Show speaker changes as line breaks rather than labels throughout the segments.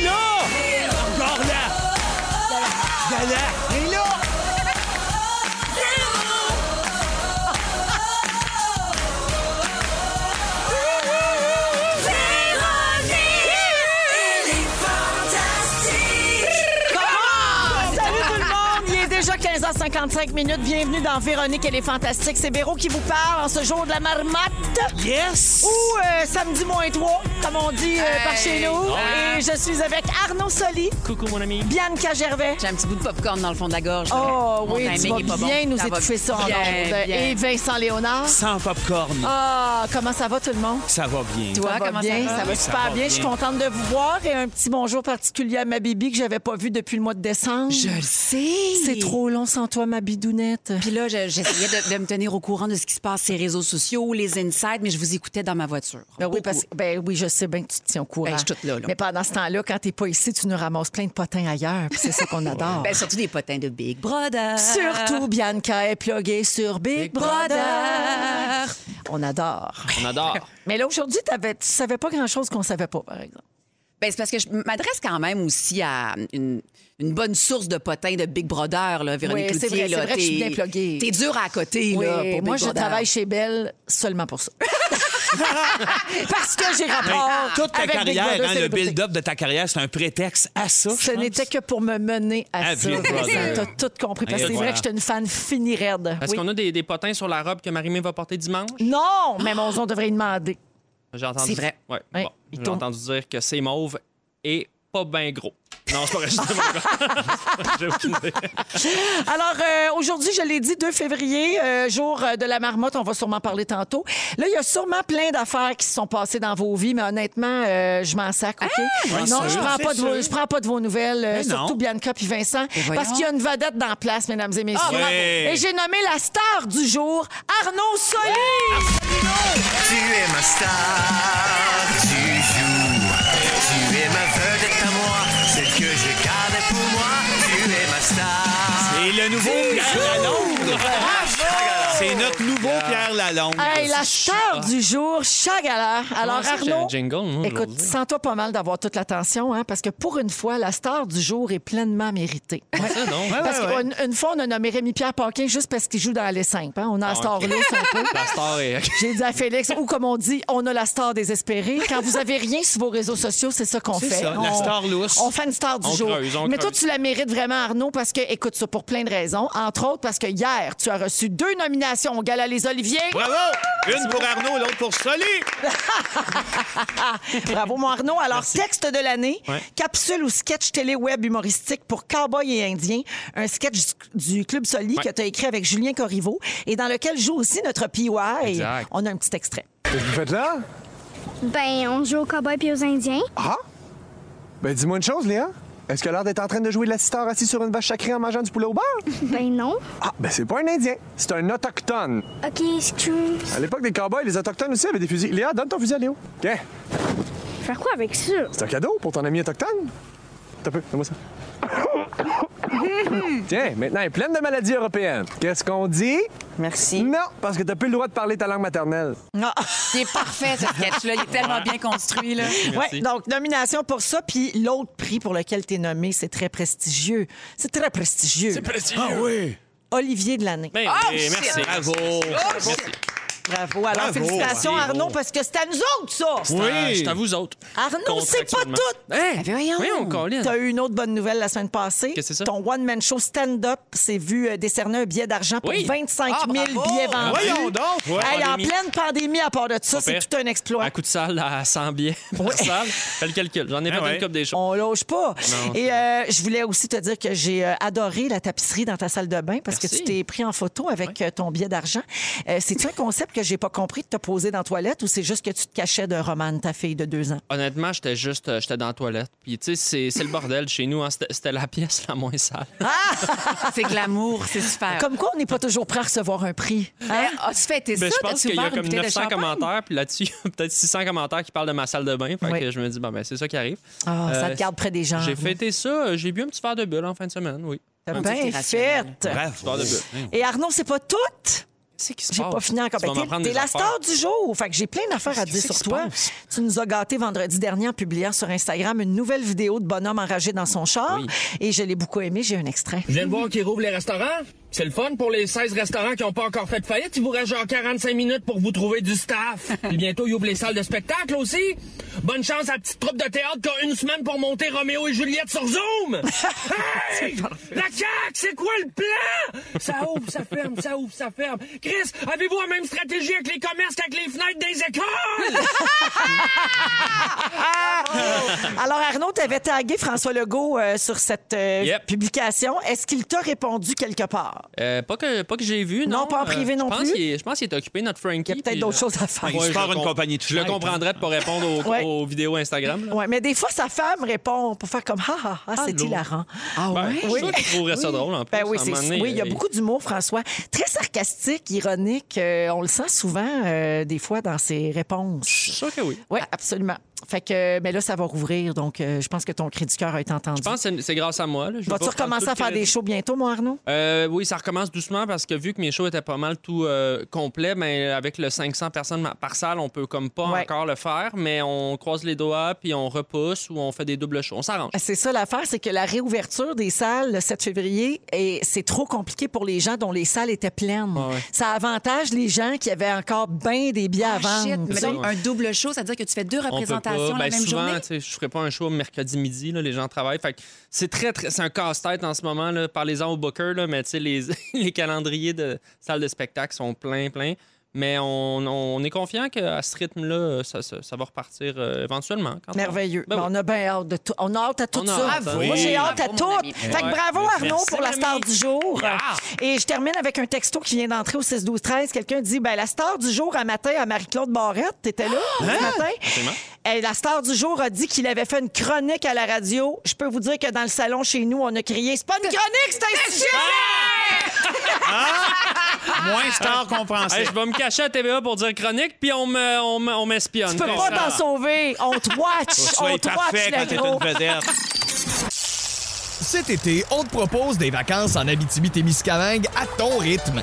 là! Encore là! Là, là! Et là!
Salut tout le monde! Il est déjà 15h55 minutes. Bienvenue dans Véronique et les Fantastiques. C'est Véro qui vous parle en ce jour de la marmotte.
Yes!
Ou euh, samedi moins 3, comme on dit euh, par chez nous.
Ouais.
Et je suis avec Arnaud Soli,
Coucou mon ami.
Bianca Gervais.
J'ai un petit bout de popcorn dans le fond de la gorge.
Oh
Mon
oui, tu
timing
vas
est pas bon.
bien nous
Ça va
étouffer ça en
bien,
ondes.
bien.
Et Vincent Léonard.
Sans popcorn.
Ah, comment ça va tout le monde?
Ça va bien.
Toi,
ça va
comment
bien,
ça va?
ça va
Oui, ça
super
va
bien.
bien.
Je suis contente de vous voir et un petit bonjour particulier à ma bibi que j'avais pas vu depuis le mois de décembre.
Je le sais.
C'est trop long sans toi, ma bidounette.
Puis là, je- j'essayais de, de me tenir au courant de ce qui se passe sur les réseaux sociaux, les insides, mais je vous écoutais dans ma voiture.
Ben oui,
Beaucoup.
parce, ben oui, je sais bien que tu te tiens au courant.
Ben, je suis toute là, là.
Mais pendant ce temps-là, quand t'es pas ici, tu nous ramasses plein de potins ailleurs. puis C'est ça qu'on adore.
Ben, surtout des potins de Big Brother.
Surtout, Bianca est pluguée sur Big,
Big
Brother.
Brother.
On adore.
On adore.
Mais là, aujourd'hui, t'avais- tu savais pas grand-chose qu'on savait pas, par exemple.
Ben, c'est parce que je m'adresse quand même aussi à une, une bonne source de potins de Big Brother, là, Véronique
Oui, c'est
Cloutier,
vrai, c'est
là.
vrai que je suis
T'es-
bien pluguée.
T'es dur à côté, là,
Oui,
pour
moi,
Big
je
Brother.
travaille chez Belle seulement pour ça. Parce que j'ai rapport
Toute ta
avec Big
carrière,
Brother
hein, le
Célébrité.
build-up de ta carrière, c'est un prétexte à ça. je
Ce
pense.
n'était que pour me mener à,
À
ça.
Big
Vincent.
Brother.
T'as tout compris. Parce que c'est
Incroyable.
vrai que j'étais une fan finie raide.
Est-ce
Oui.
qu'on a des, des potins sur la robe que Marimé va porter dimanche?
Non, mais mon- on devrait y demander.
J'ai entendu.
C'est vrai.
Ouais,
Ouais,
bon,
il
J'ai
tourne.
entendu dire que c'est mauve et pas bien gros. Non, c'est pas vrai. je dis pas gros. J'ai aucune idée.
Alors, euh, aujourd'hui, je l'ai dit, 2 février, euh, jour euh, de la marmotte, on va sûrement parler tantôt. Là, il y a sûrement plein d'affaires qui se sont passées dans vos vies, mais honnêtement, euh, je m'en sac, OK? non,
c'est
je
Ah, sûr,
prends,
c'est
pas de vos,
sûr.
je prends pas de vos nouvelles, euh,
Mais non.
surtout Bianca puis Vincent,
voyons.
parce qu'il y a une vedette dans la place, mesdames et messieurs.
Ah, bravo.
Et j'ai nommé la star du jour, Arnaud Soli!
Tu es ma star, tu joues. Tu es ma vedette à moi, celle que je garde pour moi. Tu es ma star.
Et le nouveau Pierre Lalonde. C'est notre nouveau Pierre Lalonde.
Hey, la star du jour, Chagala.
Comment ça,
Alors,
j'ai
Arnaud,
un jingle, moi,
écoute,
aujourd'hui?
sens-toi pas mal d'avoir toute l'attention, hein, parce que pour une fois, la star du jour est pleinement méritée. Ouais.
Ça, non.
Parce qu'une une fois, on a nommé Rémi-Pierre Paquin juste parce qu'il joue dans les simples. hein. On
Ah,
a la star
ok.
là, c'est un peu.
La star est.
J'ai dit à Félix, ou comme on dit, on a la star désespérée. Quand vous avez rien sur vos réseaux sociaux, c'est ça qu'on
C'est
fait.
ça, la
on,
star lousse.
On fait une star du
On
jour.
creuse, on
Mais toi,
creuse.
tu la mérites vraiment, Arnaud, parce que, écoute ça, pour plein de raisons. Entre autres, parce que hier, tu as reçu deux nominations au Gala Les Oliviers.
Bravo! Une pour Arnaud, l'autre pour Soli.
Bravo, mon Arnaud. Alors, texte de l'année,
Ouais.
capsule ou sketch télé-web humoristique pour Cowboy et Indien, un sketch du Club Soli que tu as écrit avec Julien Corriveau et dans lequel joue aussi notre PY.
Exact.
On a un petit extrait.
Qu'est-ce que vous faites là?
Ben, on joue aux cowboys puis aux Indiens.
Ah? Ben, dis-moi une chose, Léa. Est-ce que l'heure d'être en train de jouer de la sitar assis sur une vache sacrée en mangeant du poulet au beurre?
Ben non.
Ah, ben, c'est pas un Indien. C'est un Autochtone.
OK, excuse.
À l'époque des cowboys, les Autochtones aussi avaient des fusils. Léa, donne ton fusil à Léo. OK.
Faire quoi avec ça?
C'est un cadeau pour ton ami autochtone. T'as peu, donne-moi ça. Tiens, maintenant, elle est pleine de maladies européennes. Qu'est-ce qu'on dit?
Merci.
Non, parce que t'as plus le droit de parler ta langue maternelle.
Ah.
Il est parfait, ce sketch-là. Il est tellement bien construit, là.
Ouais, donc, nomination pour ça. Puis l'autre prix pour lequel tu es nommé, c'est très prestigieux. C'est très prestigieux.
Ah oui!
Olivier de l'année.
Ben,
Oh,
eh, merci.
shit.
Bravo.
Oh, shit.
Bravo. Alors,
Bravo,
félicitations,
bravo.
Arnaud, parce que c'est à nous autres, ça.
Oui. C'est à vous autres.
Arnaud, c'est pas
Contractuellement.
tout. Ah,
Hein?
voyons.
Voyons, Colin.
T'as eu une autre bonne nouvelle la semaine passée.
Qu'est-ce que c'est ça?
Ton one-man show stand-up s'est vu euh, décerner un billet d'argent pour
Oui.
25
Ah,
000
bravo!
billets vendus.
Voyons donc!
Ouais,
Hey, en
pandémie.
pleine pandémie, à part de ça,
Pas
c'est
pire.
tout un exploit.
À coup de salle à 100 billets par salle. Fais le calcul. J'en ai
Ah
pas
ouais.
une comme des choses.
On loge pas.
Non,
Et euh, je voulais aussi te dire que j'ai euh, adoré la tapisserie dans ta salle de bain parce que
Merci.
tu t'es pris en photo avec euh, ton billet d'argent. Euh, C'est-tu un concept que j'ai pas compris de te poser dans la toilette ou c'est juste que tu te cachais de Romane, ta fille de deux ans?
Honnêtement, j'étais juste euh, j'étais dans la toilette. Puis, tu sais, c'est- c'est le bordel chez nous. hein. C'était c'était la pièce la moins sale.
Ah,
Ah, C'est glamour, c'est super.
Comme quoi, on n'est pas toujours prêt à recevoir un prix.
Hein? As-tu fêté
Ben,
ça?
je pense
T'as-tu
qu'il y a
ouvert une
comme
bouteille de
900
champagne?
commentaires, puis là-dessus, il y a peut-être 600 commentaires qui parlent de ma salle de bain. Fait
Oui.
que je me dis, bon, ben, c'est ça qui arrive.
Ah, ça
Euh,
te garde près des gens.
J'ai fêté ça, euh, j'ai bu un petit verre de bulle en fin de semaine, oui.
T'as
Un
bien
petit
fait.
rationnel.
petit verre de bulle.
Et Arnaud, c'est pas tout.
C'est qui se
J'ai
passe?
pas fini encore.
Tu vas
Ben,
m'en
t'es-
prendre
T'es
des
la
affaires.
star du jour. Fait que j'ai plein d'affaires à
Qu'est-ce
dire
qui
sur
se
toi.
passe?
Tu nous as gâté vendredi dernier en publiant sur Instagram une nouvelle vidéo de bonhomme enragé dans son char.
Oui.
Et je l'ai beaucoup aimé. J'ai un extrait.
Je viens de voir qu'ils rouvrent les restaurants. C'est le fun pour les 16 restaurants qui n'ont pas encore fait de faillite. Il vous reste genre 45 minutes pour vous trouver du staff. Puis bientôt, ils ouvrent les salles de spectacle aussi. Bonne chance à la petite troupe de théâtre qui a une semaine pour monter Roméo et Juliette sur Zoom. Hey! La CAQ, c'est quoi le plan? Ça ouvre, ça ferme, ça ouvre, ça ferme. Chris, oh avez-vous la même stratégie avec les commerces qu'avec les fenêtres des écoles?
Ah! Alors, Arnaud, t'avais tagué François Legault euh, sur cette euh,
Yep.
publication. Est-ce qu'il t'a répondu quelque part?
Euh, pas que, pas que j'ai vu, non.
Non, pas en
Euh,
privé non
je pense
plus.
qu'il est- Je pense qu'il est occupé, notre Frankie.
Il y a peut-être
puis- euh,
d'autres choses à faire.
Il se
je
part
le
une
com-
compagnie de
Je le
fenêtres,
comprendrais de pas répondre aux,
Ouais.
aux vidéos Instagram. là.
Ouais, mais des fois, sa femme répond pour faire comme Ah, ah, ah, c'est
Allô?
hilarant.
Ah
Ben,
ouais?
Je suis sûr qu'il trouverait ça drôle, en plus.
Ben oui,
à un
c'est
moment donné,
oui, il y a
euh,
beaucoup d'humour, François. Très sarcastique, ironique. euh, on le sent souvent, euh, des fois, dans ses
Je
réponses.
suis sûr que oui.
Oui, absolument. Fait que, euh, mais là, ça va rouvrir, donc euh, je pense que ton cri du cœur a été entendu.
Je pense que c'est- c'est grâce à moi. là. Je
Vas-tu
vais pas prendre
recommencer
tout
à faire
le
des
crédit.
shows bientôt, mon Arnaud?
Euh, oui, ça recommence doucement parce que vu que mes shows étaient pas mal tout euh, complet, ben, avec le 500 personnes ma- par salle, on peut comme pas
Ouais.
encore le faire, mais on croise les doigts puis on repousse ou on fait des doubles shows. On s'arrange.
Ben, C'est ça l'affaire, c'est que la réouverture des salles le 7 février, et c'est trop compliqué pour les gens dont les salles étaient pleines.
Ah ouais.
Ça avantage les gens qui avaient encore bien des billets à
Ah, shit.
vendre.
Mais donc, un double show, ça veut dire que tu fais deux
On peut pas.
représentations la
Ben,
même
souvent,
journée?
tu sais, Je ferai pas un show mercredi midi, là, les gens travaillent. Fait que c'est très, très- c'est un casse-tête en ce moment. Là, parlez-en au Booker, là, mais tu sais, les, les calendriers de salles de spectacle sont pleins, pleins. Mais on, on est confiant qu'à ce rythme-là, ça, ça- ça va repartir euh, éventuellement. quand on-
Merveilleux.
Ben
Ben,
oui.
On a bien hâte de tout. On a hâte à tout
On a
ça.
hâte,
Moi,
oui.
j'ai hâte à
Bravo,
tout.
mon ami.
Fait que
Ouais.
bravo, Arnaud,
Merci,
pour la
mon
star
ami.
du jour. Et je termine avec un texto qui vient d'entrer au 6-12-13. Quelqu'un dit ben, La star du jour à matin à Marie-Claude Barrette, t'étais là
Hein?
ce matin. Et la star du jour a dit qu'il avait fait une chronique à la radio. Je peux vous dire que dans le salon chez nous, on a crié C'est pas une chronique, c'est un sujet!
Moins star qu'on
Hey,
pensait.
je vais me cacher à TVA pour dire chronique, puis on me- on me- on m'espionne.
Tu peux
Comme
pas
ça.
t'en sauver. On te watch.
Sois
on te watch,
parfait quand
le
t'es
gros.
une vedette.
Cet été, on te propose des vacances en Abitibi-Témiscamingue à ton rythme.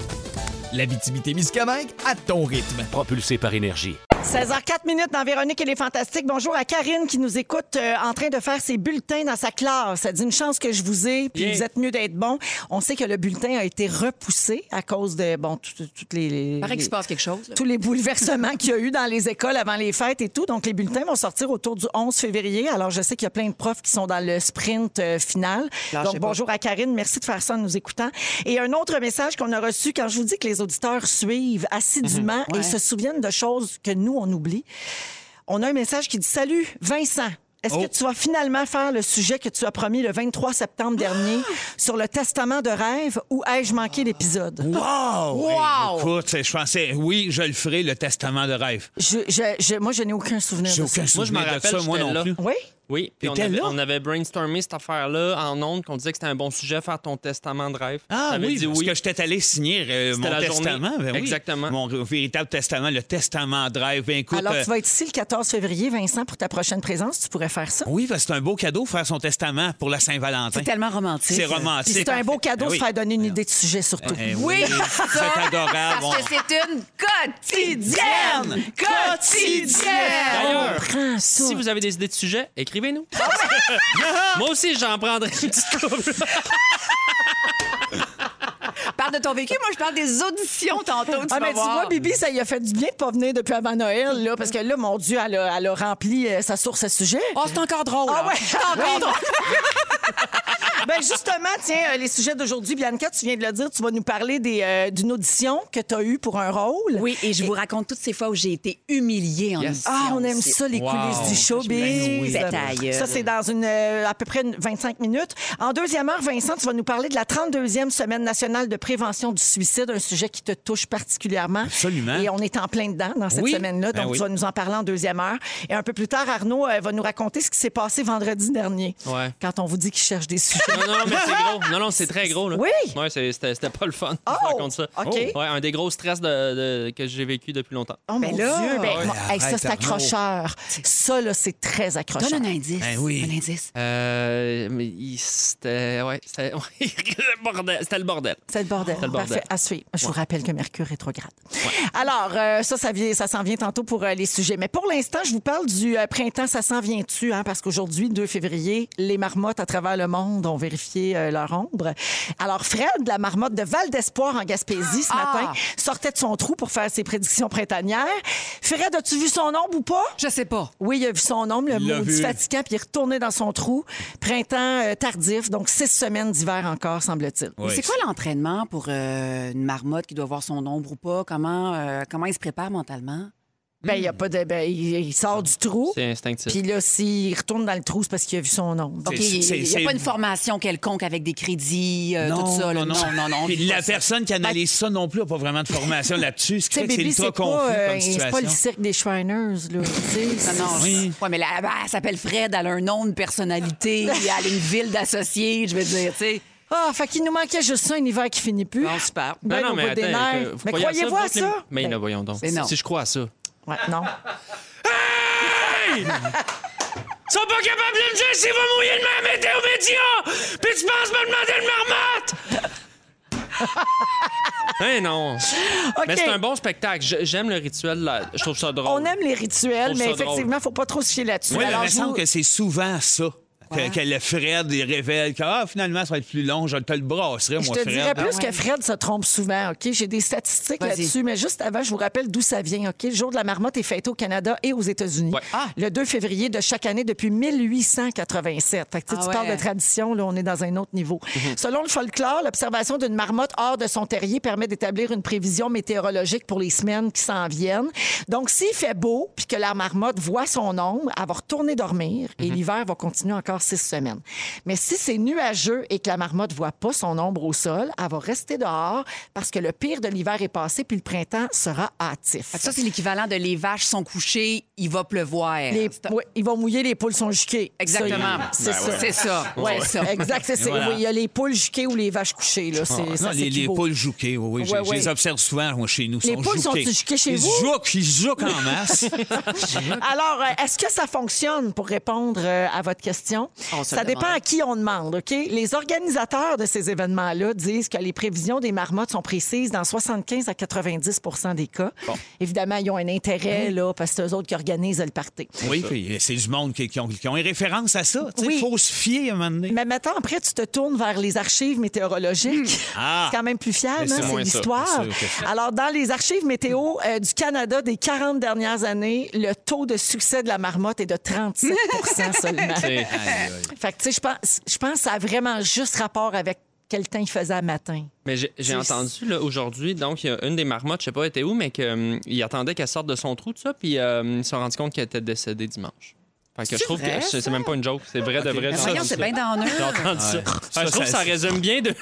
L'Abitibi-Témiscamingue à ton rythme.
Propulsé par énergie.
16h04 minutes dans Véronique et les Fantastiques. Bonjour à Karine qui nous écoute euh, en train de faire ses bulletins dans sa classe. Elle dit une chance que je vous ai, puis
Bien.
vous êtes mieux d'être bon. On sait que le bulletin a été repoussé à cause de bon tout- tout- toutes les, les-
Il paraît qu'il
les-
se passe quelque chose. là.
tous les bouleversements qu'il y a eu dans les écoles avant les fêtes et tout. Donc, les bulletins vont sortir autour du 11 février. Alors, je sais qu'il y a plein de profs qui sont dans le sprint euh, final.
Lâchez
Donc,
pas.
bonjour à Karine. Merci de faire ça en nous écoutant. Et un autre message qu'on a reçu quand je vous dis que les auditeurs suivent assidûment et
Mhm. Ouais.
se souviennent de choses que nous, on oublie. On a un message qui dit Salut, Vincent. Est-ce
Oh.
que tu vas finalement faire le sujet que tu as promis le 23 septembre dernier
Ah!
sur le testament de rêve ou ai-je manqué l'épisode?
Wow!
Wow!
écoute, c'est- je pensais, oui, je le ferai, le testament de rêve.
Je- je- je- moi, je n'ai aucun souvenir
J'ai
de ça.
aucun
Moi, je me
souvenir de
rappelle,
ça, moi
j'étais
non
là.
plus.
Oui?
Oui, puis on
T'étais
avait,
là?
on avait brainstormé cette affaire-là en ondes, qu'on disait que c'était un bon sujet, faire ton testament de rêve.
Ah
T'avais
oui,
dit
parce que j'étais allé signer euh,
C'était
mon
la journée.
testament. ben oui.
Exactement.
Mon véritable testament, le testament de rêve. Ben, écoute,
Alors,
euh,
tu vas être ici le 14 février, Vincent, pour ta prochaine présence. Tu pourrais faire ça.
euh, Oui, parce que c'est un beau cadeau faire son testament pour la Saint-Valentin.
C'est tellement romantique.
C'est
Puis
romantique.
c'est un beau cadeau
Ben
Ah
de
Ah
se
oui.
faire donner une idée de sujet, surtout.
Euh,
Eh oui, c'est adorable.
Parce que c'est une quotidienne!
D'ailleurs,
Quotidienne!
Ah,
si vous avez des idées de sujets, écrivez-nous. Moi aussi, j'en prendrai une petite couple.
Parle de ton vécu, moi je parle des auditions tantôt. Tu
Ah,
vas
mais tu
voir.
vois, Bibi, ça lui a fait du bien de pas venir depuis avant Noël, là, parce que là, mon Dieu, elle a, elle a rempli euh, sa source à sujet.
Oh, c'est encore drôle.
Ah
hein?
ouais,
c'est encore drôle.
ben justement, tiens, euh, les sujets d'aujourd'hui, Bianca, tu viens de le dire, tu vas nous parler des, euh, d'une audition que tu as eue pour un rôle.
Oui, et je vous raconte toutes ces fois où j'ai été humiliée en audition.
Ah, on aime
C'est-
ça, les
Wow.
coulisses du
Ben
showbiz.
oui.
C'est ailleurs.
Ça, c'est dans une, euh, à peu près une 25 minutes. En deuxième heure, Vincent, tu vas nous parler de la 32e Semaine nationale de prévention du suicide, un sujet qui te touche particulièrement.
Absolument.
Et on est en plein dedans dans cette
Oui.
semaine-là,
Ben
donc
oui.
tu vas nous en parler en deuxième heure. Et un peu plus tard, Arnaud euh, va nous raconter ce qui s'est passé vendredi dernier.
Ouais.
Quand on vous dit qu'il cherche des sujets.
Non, non, mais c'est gros. Non, non, c'est très gros. Là.
Oui.
Ouais, c'est- c'était c'était pas le fun.
Oh,
je vous raconte ça.
OK.
Ouais, un des gros stress de- de- que j'ai vécu depuis longtemps.
Oh
Ben
mon
là,
Dieu, ben,
ouais.
mon- hey, ça
Arrête,
c'est
Arnaud.
accrocheur. Ça là, c'est très accrocheur.
Donne un indice.
Ben oui.
Un indice.
Euh, mais il- c'était. Ouais, c'était. ouais, le bordel. C'était le bordel.
C'est le bordel.
C'est le bordel.
Parfait, à suivre. Je vous rappelle que Mercure rétrograde. Alors, euh, ça, ça, vient- ça s'en vient tantôt pour euh, les sujets. Mais pour l'instant, je vous parle du euh, printemps, ça s'en vient-tu? Hein, parce qu'aujourd'hui, 2 février, les marmottes à travers le monde ont vérifié euh, leur ombre. Alors, Fred, la marmotte de Val d'Espoir en Gaspésie ce
Ah!
matin, sortait de son trou pour faire ses prédictions printanières. Fred, as-tu vu son ombre ou pas?
Je sais pas.
Oui, il a vu son homme, le
Il l'a
maudit
vu.
fatigant, puis il est retourné dans son trou. Printemps euh, tardif, donc six semaines d'hiver encore, semble-t-il.
Mais C'est quoi l'entraînement pour euh, une marmotte qui doit voir son ombre ou pas? Comment, euh, comment il se prépare mentalement?
Ben, il y a pas de. Ben, il, il sort du trou.
C'est instinctif.
Puis là, s'il retourne dans le trou, c'est parce qu'il a vu son ombre.
OK,
C'est-
il
c'est-
n'y a
c'est-
pas une formation quelconque avec des crédits, euh, tout ça. là. non, non, non. on
Puis
vit
la
pas ça.
personne qui analyse ça non plus n'a pas vraiment de formation là-dessus, ce qui
Tu sais,
fait que c'est
bébé,
ultra
c'est
confus
pas, euh,
comme
c'est pas le
situation.
cirque des Shriners, là. tu sais,
Ah, Non, non,
Oui.
ouais, mais là, bah, elle s'appelle Fred, elle a un nom, une personnalité, elle a une ville d'associés, je veux dire, tu sais.
Ah, fait qu'il nous manquait juste ça, un hiver qui finit plus.
Ah,
Bon, super.
Ben, au bout des nerfs.
que- vous
mais
croyez
croyez-vous à
vous autres, les-
ça?
Mais
Ben,
là, voyons donc.
c'est non.
Si je crois à ça.
ouais, non.
Ils sont pas capables de me dire s'ils vont mouiller de ma météo média! Puis tu penses me demander une marmotte!
Hein, non.
OK.
Mais c'est un bon spectacle. Je- J'aime le rituel. là. Je trouve ça drôle.
On aime les rituels,
Je trouve
mais
ça drôle.
effectivement, faut pas trop se fier là-dessus.
Oui, mais
Alors,
il me
je
semble
vous-
que c'est souvent ça. que- Que, le Fred, il révèle que ah, finalement, ça va être plus long, je te le brasserai, moi,
Je te
Fred. Ah
dirais plus
ouais.
que Fred se trompe souvent, OK? J'ai des statistiques
Vas-y.
là-dessus, mais juste avant, je vous rappelle d'où ça vient, OK? Le jour de la marmotte est fêté au Canada et aux États-Unis.
Ouais.
Ah.
Le 2 février de chaque année depuis 1887. Fait que, tu sais,
Ah
tu
ouais.
parles de tradition, là, on est dans un autre niveau.
Mm-hmm.
Selon le folklore, l'observation d'une marmotte hors de son terrier permet d'établir une prévision météorologique pour les semaines qui s'en viennent. Donc, s'il fait beau puis que la marmotte voit son ombre, elle va retourner dormir et
Mhm.
l'hiver va continuer encore six semaines. Mais si c'est nuageux et que la marmotte voit pas son ombre au sol, elle va rester dehors parce que le pire de l'hiver est passé puis le printemps sera hâtif.
Fait que Ah, Ça, c'est l'équivalent de les vaches sont couchées, il va pleuvoir.
Les- oui, ils vont mouiller, les poules sont juquées.
Exactement. Ben
Ça, il- C'est ça.
C'est ça.
Ouais,
C'est ça.
exact. c'est- c'est-
Voilà. Ah,
oui, il y a les poules juquées ou les vaches couchées. Là. C'est, ça,
Non,
c'est
les, les
équivaut.
poules jouquées, oui, oui, je-
Ouais,
je,
ouais.
les observe souvent moi, chez nous.
Les
sont
poules sont-tu juquées chez
ils
vous?
Jouquent, ils jouquent en masse.
Alors, euh, est-ce que ça fonctionne pour répondre euh, à votre question?
On se
Ça
le
dépend
demandait.
à qui on demande, OK? Les organisateurs de ces événements-là disent que les prévisions des marmottes sont précises dans 75 à 90 des cas. Évidemment, ils ont un intérêt,
Mmh.
là, parce que c'est eux autres qui organisent le party.
oui, puis c'est du monde qui, qui ont, qui ont une référence à ça. Il
Oui.
faut se fier à un moment donné.
Mais maintenant, après, tu te tournes vers les archives météorologiques.
Ah!
C'est quand même plus fiable,
Mais
hein,
c'est
c'est
moins ça,
l'histoire.
c'est sûr que-
Alors, dans les archives météo euh, du Canada des 40 dernières années, le taux de succès de la marmotte est de 37 seulement.
C'est-
Fait que, tu sais, je pense, je pense que ça a vraiment juste rapport avec quel temps il faisait à matin.
Mais j'ai j'ai
C'est-
entendu là, aujourd'hui, donc il y a une des marmottes, je sais pas, elle hum, était où, mais qu'il attendait qu'elle sorte de son trou, tout ça, puis euh, ils se sont rendus compte qu'elle était décédée dimanche. Fait Fait que
C'est
je trouve
vrai,
que c'est- c'est même pas une joke. C'est vrai de
Ok. Mais
vrai. j'ai
voyons,
entendu
c'est bien
ça.
dans eux.
J'ai entendu ça.
Ouais.
Fait que
Ça,
je trouve que
ça-
ça résume bien de.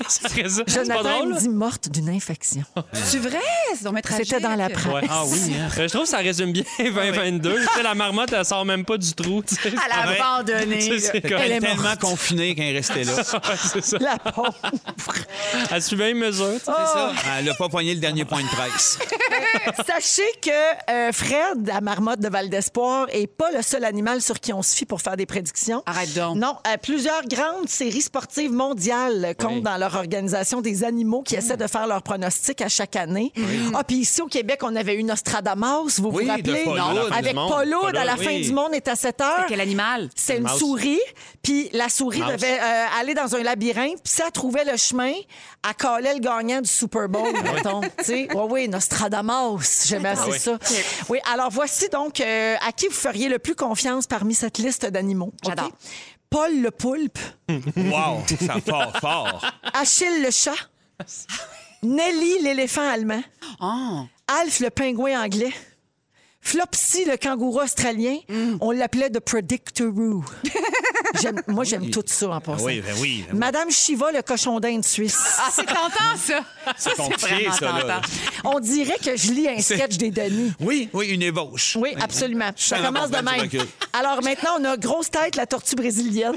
ça résume. C'est pas
Jonathan
drôle, là?
me dit morte d'une infection.
C'est vrai? C'est donc bien
C'était dans la
tragique.
presse.
Ouais. Euh, je trouve que ça résume bien 2022. Tu sais, la marmotte, elle sort même pas du trou. tu sais.
Elle a
Ouais.
abandonné,
Tu sais, c'est
là.
comme-
Elle est
tellement
morte.
confinée qu'elle est restée là.
Ouais, c'est ça.
La pauvre.
Elle suivait une mesure. tu sais.
Ah,
C'est ça. Elle n'a pas poigné le dernier point de presse.
Sachez que euh, Fred, la marmotte de Val d'Espoir, est pas le seul animal sur qui on se fie pour faire des prédictions.
Arrête donc.
Non, euh, plusieurs grandes séries sportives mondiales euh, comptent
Oui.
dans leur organisation des animaux qui essaient de faire leurs pronostics à chaque année. Ah, puis ici au Québec, on avait eu Nostradamus, vous
Oui,
vous
de
rappelez?
Paul
Non,
Hood.
Avec
Monde,
Paul Hood,
Paul
à la
Hood,
fin
oui.
du monde est à 7
C'est
heures.
Quel animal?
C'est une
Mouse.
souris, puis la souris
Mouse.
devait euh, aller dans un labyrinthe, puis si elle trouvait le chemin, elle collait le gagnant du Super Bowl, mettons. Tu sais, oui, oui, Nostradamus, j'aimais assez ça. Oui, alors voici donc euh, à qui vous feriez le plus confiance parmi cette liste d'animaux. OK?
J'adore.
Paul le poulpe,
Wow, ça fort, fort.
Achille le chat, Nelly l'éléphant allemand,
Oh.
Alf le pingouin anglais, Flopsy le kangourou australien,
Mm.
on l'appelait The Predictoroo. J'aime- moi, j'aime tout ça en passant.
Oui, ben oui. ben oui.
Madame Shiva, le cochon d'Inde suisse.
Ah, c'est tentant, ça. Ça,
compliqué,
vraiment
ça, là.
tentant.
On dirait que je lis un sketch des Denis.
Oui, oui, une ébauche.
Oui, absolument. Ça
sens la
commence de
porte-belle
même.
du recul.
Alors maintenant, on a grosse tête, la tortue brésilienne.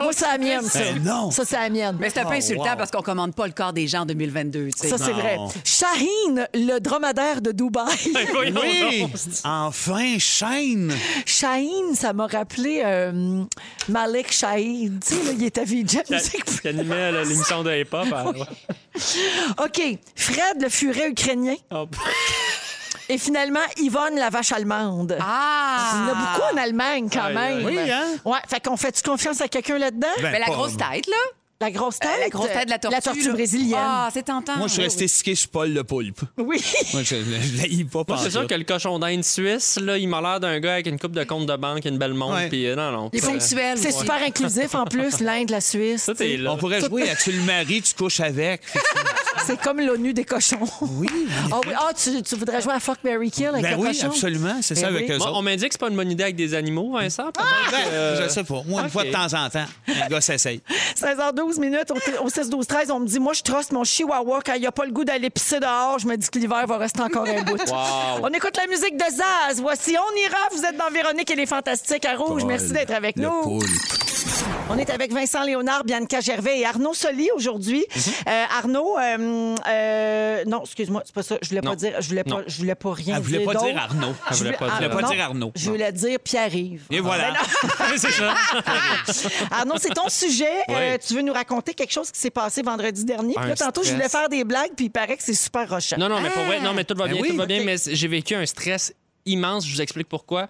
Moi, c'est la mienne, ça.
Ben non.
Ça, c'est la mienne.
Mais c'est un peu insultant parce qu'on commande pas le corps des gens en 2022, tu sais.
Ça, c'est
Non.
vrai. Shaheen, le dromadaire de Dubaï.
Voyons
Oui,
donc.
enfin, chaîne.
Shaheen, ça m'a rappelé euh, Malik Shaheen. Tu sais, là, il est à VJ.
Qui- Qui animait là, l'émission de hip-hop. elle-
OK. Fred, le furet ukrainien.
Hop.
Et finalement, Yvonne, la vache allemande. Il y en
Ah!
a beaucoup en Allemagne, quand
Aïe,
même.
aïe.
Oui, hein?
Ouais, fait qu'on fait-tu confiance à quelqu'un là-dedans?
Ben,
Mais la
pas-
grosse tête, là.
la grosse tête.
Euh, La grosse tête de la tortue.
La tortue
là.
brésilienne.
Ah, c'est tentant.
Moi, je suis resté stické sur Paul le poulpe.
Oui.
Moi, je ne l'ai pas
Moi,
pensé.
c'est sûr que le cochon d'Inde suisse, là, il m'a l'air d'un gars avec une coupe de compte de banque, une belle montre,
Ouais.
puis euh, non, non.
Il est
ça-
ponctuel.
C'est super inclusif en plus, l'Inde, la Suisse.
Ça, t'es là.
On pourrait jouer à tu le maries, tu couches avec.
C'est comme l'ONU des cochons. Oui. Ah oui. Ah, tu, tu voudrais jouer à Fuck Mary Kill avec
Ben
le
oui,
cochon?
absolument, c'est
Ben
ça avec
oui.
eux
Moi,
autres.
on m'indique que c'est pas une bonne idée avec des animaux, Vincent. peut-être
Ben,
que, euh,
Je sais pas. Moi, une
ok.
fois de temps en temps, un gars s'essaye.
16h12 minutes au, t- au 6-12-13, on me dit, moi, je trosse mon chihuahua quand il n'y a pas le goût d'aller pisser dehors. Je me dis que l'hiver va rester encore un bout. On écoute la musique de Zaz. Voici On ira. Vous êtes dans Véronique et les Fantastiques à Rouge. Merci d'être avec nous. On est avec Vincent Léonard, Bianca Gervais et Arnaud Soli aujourd'hui.
Mhm.
Euh, Arnaud, euh, euh, non, excuse-moi, c'est pas ça. Je voulais pas
Non.
dire, je voulais pas,
Non.
je voulais pas rien
Elle
dire.
voulait pas
d'autre.
dire Arnaud.
Elle
Je
voulait pas
ah,
dire-
Elle voulait pas
non,
dire Arnaud.
Je voulais dire Pierre-Yves.
Et voilà.
c'est ça.
Arnaud, Ah c'est ton sujet.
Ouais.
Euh, tu veux nous raconter quelque chose qui s'est passé vendredi dernier. Puis
Un
là, tantôt, je
stress.
voulais faire des blagues, puis il paraît que c'est super rochant.
Non, non, mais pour vrai, non, mais tout va
Ben
bien,
oui.
tout va bien,
Ok.
mais c- j'ai vécu un stress immense, je vous explique pourquoi.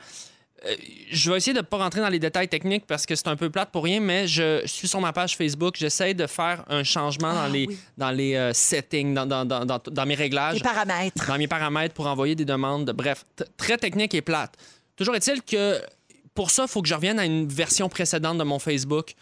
Euh, Je vais essayer de ne pas rentrer dans les détails techniques parce que c'est un peu plate pour rien, mais je suis sur ma page Facebook. J'essaie de faire un changement dans les, dans les euh, settings, dans, dans, dans, dans, dans mes réglages
Les paramètres.
dans mes paramètres pour envoyer des demandes. Bref, t- très technique et plate. Toujours est-il que pour ça, il faut que je revienne à une version précédente de mon Facebook.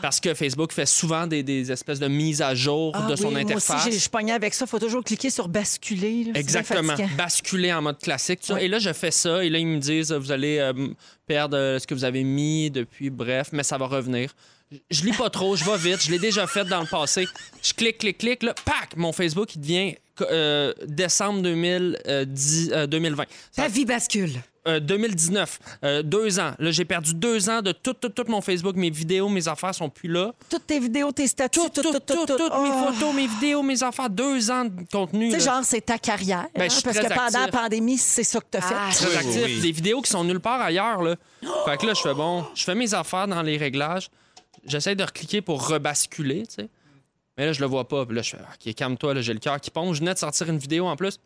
Parce que Facebook fait souvent des, des espèces de mises à jour
Ah
de son
oui, Moi
interface.
aussi, j'ai- je pognais avec ça. Faut toujours cliquer sur basculer. là. C'est bien
Exactement.
fatigant.
Basculer en mode classique. tu vois.
Ouais.
Et là, je fais ça. Et là, ils me disent, euh, vous allez euh, m- perdre euh, ce que vous avez mis depuis, bref, mais ça va revenir. Je- Je lis pas trop, je vais vite. Je l'ai déjà fait dans le passé. Je clique, clique, clique. Là, pac, mon Facebook, il devient euh, décembre 2010, euh, 2020. Ça
Ta vie bascule.
euh, 2019, euh, deux ans. Là, j'ai perdu deux ans de tout, tout, tout mon Facebook. Mes vidéos, mes affaires sont plus là.
Toutes tes vidéos, tes statuts,
Tout, tout, tout, tout,
Oh.
mes photos, mes vidéos, mes affaires. Deux ans de contenu.
Tu sais,
là.
genre, c'est ta carrière.
Ben,
hein,
je suis
parce que
très
pendant la
actif.
pandémie, c'est ça que t'as
Ah,
fait.
très
Oui,
actif.
oui, oui.
Des vidéos qui sont nulle part ailleurs. Là. Fait que là, je fais bon, je fais mes affaires dans les réglages. J'essaie de recliquer pour rebasculer, tu sais. Mais là, je le vois pas. Puis là, je fais OK, calme-toi, là, j'ai le cœur qui pompe. Je venais de sortir une vidéo en plus.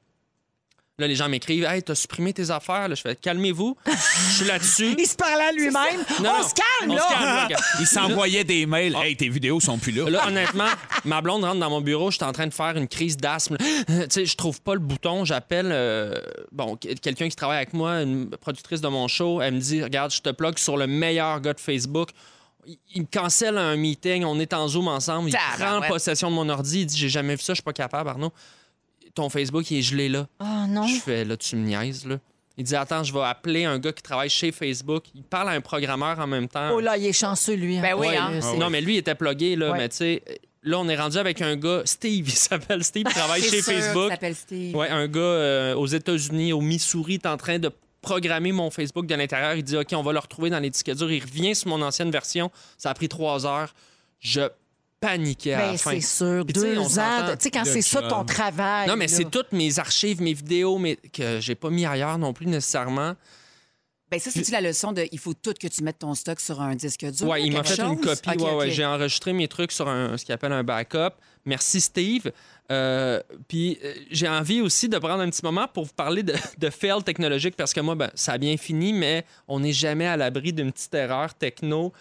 Là, les gens m'écrivent Hey, t'as supprimé tes affaires. Là, je fais calmez-vous. Je suis là-dessus.
Il se parlait à lui-même.
Non,
on
non,
se calme,
on
là!
se calme, là. Ah.
Il s'envoyait des mails. Hey, tes vidéos sont plus là.
Là, honnêtement, ma blonde rentre dans mon bureau, je suis en train de faire une crise d'asthme. tu sais, je trouve pas le bouton, j'appelle euh, bon, que- quelqu'un qui travaille avec moi, une productrice de mon show, elle me dit "Regarde, je te plug sur le meilleur gars de Facebook." Il- Il me cancelle un meeting, on est en Zoom ensemble, il
Tabarouette.
prend possession de mon ordi, il dit "J'ai jamais vu ça, je suis pas capable, Arnaud." Ton Facebook, il est gelé là.
Oh non.
Je fais "Là, tu me niaises là." Il dit Attends, je vais appeler un gars qui travaille chez Facebook. Il parle à un programmeur en même temps.
Oh là, il est chanceux, lui. hein.
Ben oui,
Ouais,
hein.
c'est- Non, mais lui, il était plugué, là.
Ouais.
Mais tu sais, là, on est rendu avec un gars, Steve, il s'appelle Steve, il travaille
C'est
chez
sûr
Facebook.
qu'il s'appelle Steve.
Ouais, un gars euh, aux États-Unis, au Missouri, est en train de programmer mon Facebook de l'intérieur. Il dit OK, on va le retrouver dans les disques durs. Il revient sur mon ancienne version. Ça a pris trois heures. Je paniquais à
Ben,
la fin.
c'est sûr.
Puis, tu sais,
Deux
on
ans.
s'entend.
de- Tu sais, quand
de
c'est ça ton
job.
travail.
Non, mais
là.
c'est toutes mes archives, mes vidéos, mais que j'ai pas mis ailleurs non plus nécessairement.
Ah,
Ben ça, c'est-tu la leçon de il faut tout que tu mettes ton stock sur un disque dur?
Ouais, il m'a
quelque
fait une
chose?
copie.
Ok,
ouais,
ok.
ouais, J'ai enregistré mes trucs sur un, ce qu'il appelle un backup. Merci, Steve. Euh, puis euh, j'ai envie aussi de prendre un petit moment pour vous parler de, de fail technologique parce que moi, ben, ça a bien fini, mais on n'est jamais à l'abri d'une petite erreur techno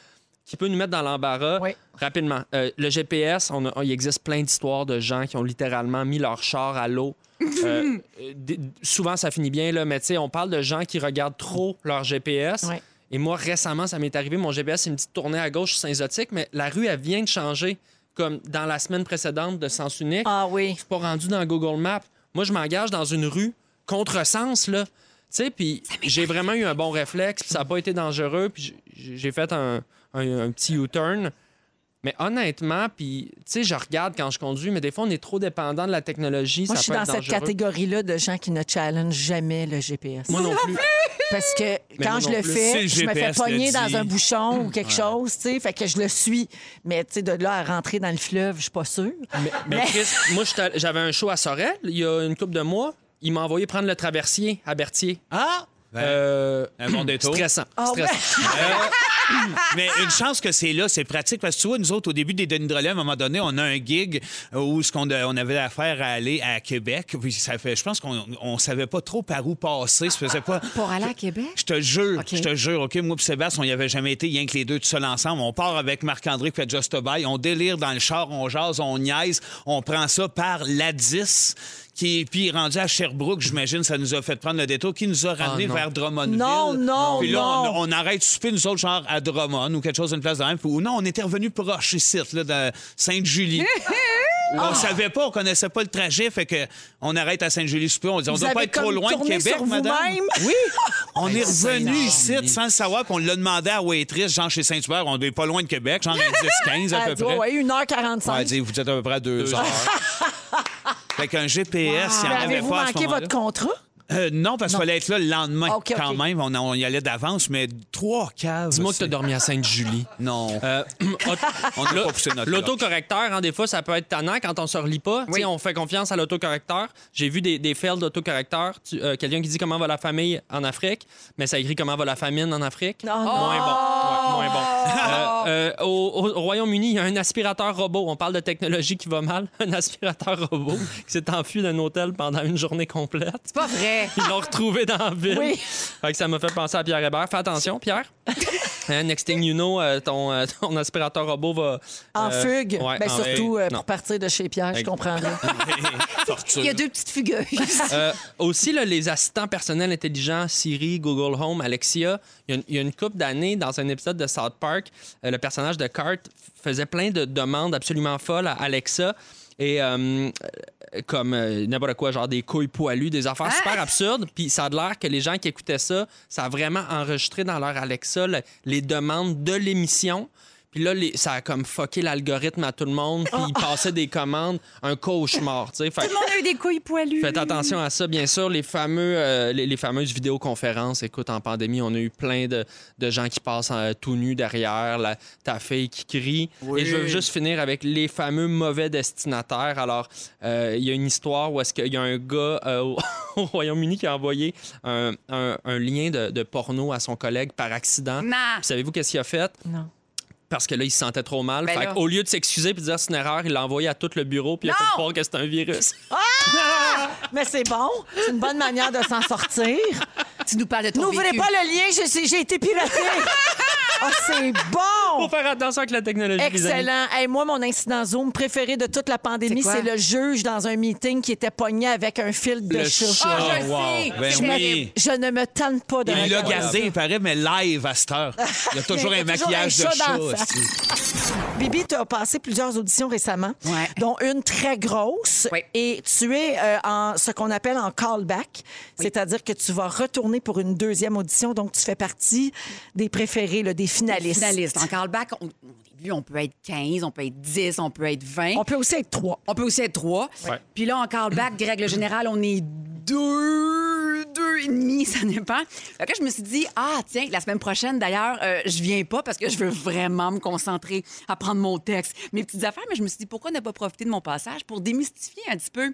qui peut nous mettre dans l'embarras
Oui.
rapidement. Euh, le GPS, on a- il existe plein d'histoires de gens qui ont littéralement mis leur char à l'eau. Euh, euh, d- souvent, ça finit bien, là, mais tu sais, on parle de gens qui regardent trop leur GPS.
Ouais.
Et moi, récemment, ça m'est arrivé, mon GPS, il me dit de tourner à gauche sur Saint-Zotique, mais la rue, elle vient de changer, comme dans la semaine précédente de Sens Unique.
Ah oui.
Je suis pas rendu dans Google Maps. Moi, je m'engage dans une rue contresens, là. Tu sais, puis j'ai vraiment eu un bon réflexe, puis ça n'a pas été dangereux, puis j'ai j'ai fait un, un- un petit U-turn. Mais honnêtement, puis, tu sais, je regarde quand je conduis, mais des fois, on est trop dépendant de la technologie.
Moi,
ça
je suis
peut
dans
être
cette
dangereux.
catégorie-là de gens qui ne challenge jamais le GPS.
Moi non plus.
Parce que quand
moi
je
non
le
plus.
Si le
fais, je me fais
GPS le
pogner dans
dit.
un bouchon ou quelque chose, tu sais, fait que je le suis. Mais tu sais, de là à rentrer dans le fleuve, je suis pas sûre.
Mais, mais Chris, moi, j'étais allé- j'avais un show à Sorel il y a une couple de mois. Il m'a envoyé prendre le traversier à Berthier.
Ah!
Euh,
Un bon détour.
stressant.
Ah ouais.
stressant.
Mais une chance que c'est là, c'est pratique parce que tu vois, nous autres, au début des Denis Drolet, à un moment donné, on a un gig où ce qu'on a- on avait affaire à aller à Québec. Puis ça fait, je pense qu'on on savait pas trop par où passer. Ça faisait pas.
Pour aller à Québec?
Je te jure,
OK.
je te jure, OK, moi et Sébastien, on n'y avait jamais été, rien que les deux tout seuls ensemble. On part avec Marc-André qui fait Just a Buy, on délire dans le char, on jase, on niaise, on prend ça par la 10, qui est puis rendu à Sherbrooke, j'imagine, ça nous a fait prendre le détour, qui nous a
Ah,
ramené vers Drummondville.
Non, non,
Puis là,
non.
On, on arrête de souper, nous autres, genre à Drummond ou quelque chose, une place de même. Puis- Ou non, on était revenu proche ici, là, de Sainte-Julie. On savait pas, on connaissait pas le trajet, fait que on arrête à Sainte-Julie-Souper, on dit on
Vous
doit pas
avez
être trop
comme
loin de
tourné
Québec,
sur
madame.
vous-même.
Oui, on est revenu
énorme.
ici sans le savoir, puis on l'a demandé à la Waitress, genre chez Saint-Hubert, on est pas loin de Québec, genre 10-15 à peu
Elle dit, Ah, ouais,
près.
ouais, 1h45.
On a dit, vous êtes à peu près à deux heures. Fait qu'un GPS, il n'y en
Mais
avait
Avez-vous
pas à ce
manqué
moment-là.
votre contrat?
Euh, non, parce qu'il fallait être là le lendemain
OK, OK.
quand même. On, on y allait d'avance, mais trois caves.
Dis-moi que
c'est-
t'as dormi à Sainte-Julie.
Non.
Euh, aut-
On n'a pas poussé notre
L'autocorrecteur, hein, des fois, ça peut être tannant quand on se relit pas. Tu sais, On fait confiance à l'autocorrecteur. J'ai vu des, des fails d'autocorrecteur. Tu- euh, Quelqu'un qui dit comment va la famille en Afrique, mais ça écrit comment va la famine en Afrique.
Non, non.
moins bon. Ouais, moins bon. Euh, euh, au, au- au Royaume-Uni, il y a un aspirateur robot. On parle de technologie qui va mal. Un aspirateur robot qui s'est enfui d'un hôtel pendant une journée complète.
C'est pas vrai.
Ils l'ont retrouvé dans la ville.
Oui.
Fait que ça m'a fait penser à Pierre Hébert. Fais attention, Pierre. Hein, Next thing you know, euh, ton, euh, ton aspirateur robot va.
En
euh,
fugue.
ouais,
ben,
en-
surtout
euh,
euh,
non.
pour partir de chez Pierre, je
Ex-
comprends. là.
Torture.
Il y a deux petites fugueuses.
Euh, aussi, là, les assistants personnels intelligents, Siri, Google Home, Alexia, il y a une, il y a une couple d'années, dans un épisode de South Park, euh, le personnage de Cart f- faisait plein de demandes absolument folles à Alexa. Et euh, euh, comme euh, n'importe quoi, genre des couilles poilues, des affaires super absurdes. Puis ça a l'air que les gens qui écoutaient ça, ça a vraiment enregistré dans leur Alexa le- les demandes de l'émission. Puis là, les- ça a comme fucké l'algorithme à tout le monde. Puis ils passaient des commandes. Un cauchemar, tu sais. Fait que-
On a eu des couilles poilues.
Faites attention à ça, bien sûr. Les, fameux, euh, les, les fameuses vidéoconférences. Écoute, en pandémie, on a eu plein de, de gens qui passent euh, tout nus derrière, la, ta fille qui crie. Et je veux juste finir avec les fameux mauvais destinataires. Alors, euh, il y a une histoire où est-ce qu'il y a un gars euh, au- au Royaume-Uni qui a envoyé un, un- un lien de, de porno à son collègue par accident.
Non.
Puis Savez-vous qu'est-ce qu'il a fait?
Non.
Parce que là, il se sentait trop mal.
Ben
Fait
là.
qu'au lieu de s'excuser et de dire c'est une erreur, il l'a envoyé à tout le bureau puis il a fait
Non.
croire que c'était un virus.
Mais c'est bon. C'est une bonne manière de s'en sortir.
Tu nous parles de ton
N'ouvrez
vécu.
pas le lien, j'ai- j'ai été piratée. Ah, c'est bon!
Faut faire attention avec la technologie. les amis.
Excellent. Hey, moi, mon incident Zoom préféré de toute la pandémie,
C'est quoi?
c'est le juge dans un meeting qui était pogné avec un fil de
Le
chat.
chat.
Ah, je
Oh, wow.
sais.
Ben
C'est
oui.
terrible.
Je ne me tente pas de
Il l'a
regarder.
gardé, il paraît, mais live à cette heure. Il y a toujours
Il y a
un
toujours un
maquillage
chat
de chat.
dans ça.
hostie.
Bibi, tu as passé plusieurs auditions récemment,
Ouais.
dont une très grosse.
Oui.
Et tu es euh, en ce qu'on appelle en callback, c'est-à-dire que tu vas retourner pour une deuxième audition. Donc, tu fais partie des préférés, là, des finalistes.
Finaliste. En callback, on- au début, on peut être 15, on peut être 10, on peut être 20.
On peut aussi être trois.
On peut aussi être trois.
Ouais.
Puis là, en callback, règle générale, on est deux, deux et demi, ça dépend. Fait que là, je me suis dit, ah, tiens, la semaine prochaine, d'ailleurs, euh, je viens pas parce que je veux vraiment me concentrer à prendre mon texte, mes petites affaires. Mais je me suis dit, pourquoi ne pas profiter de mon passage pour démystifier un petit peu?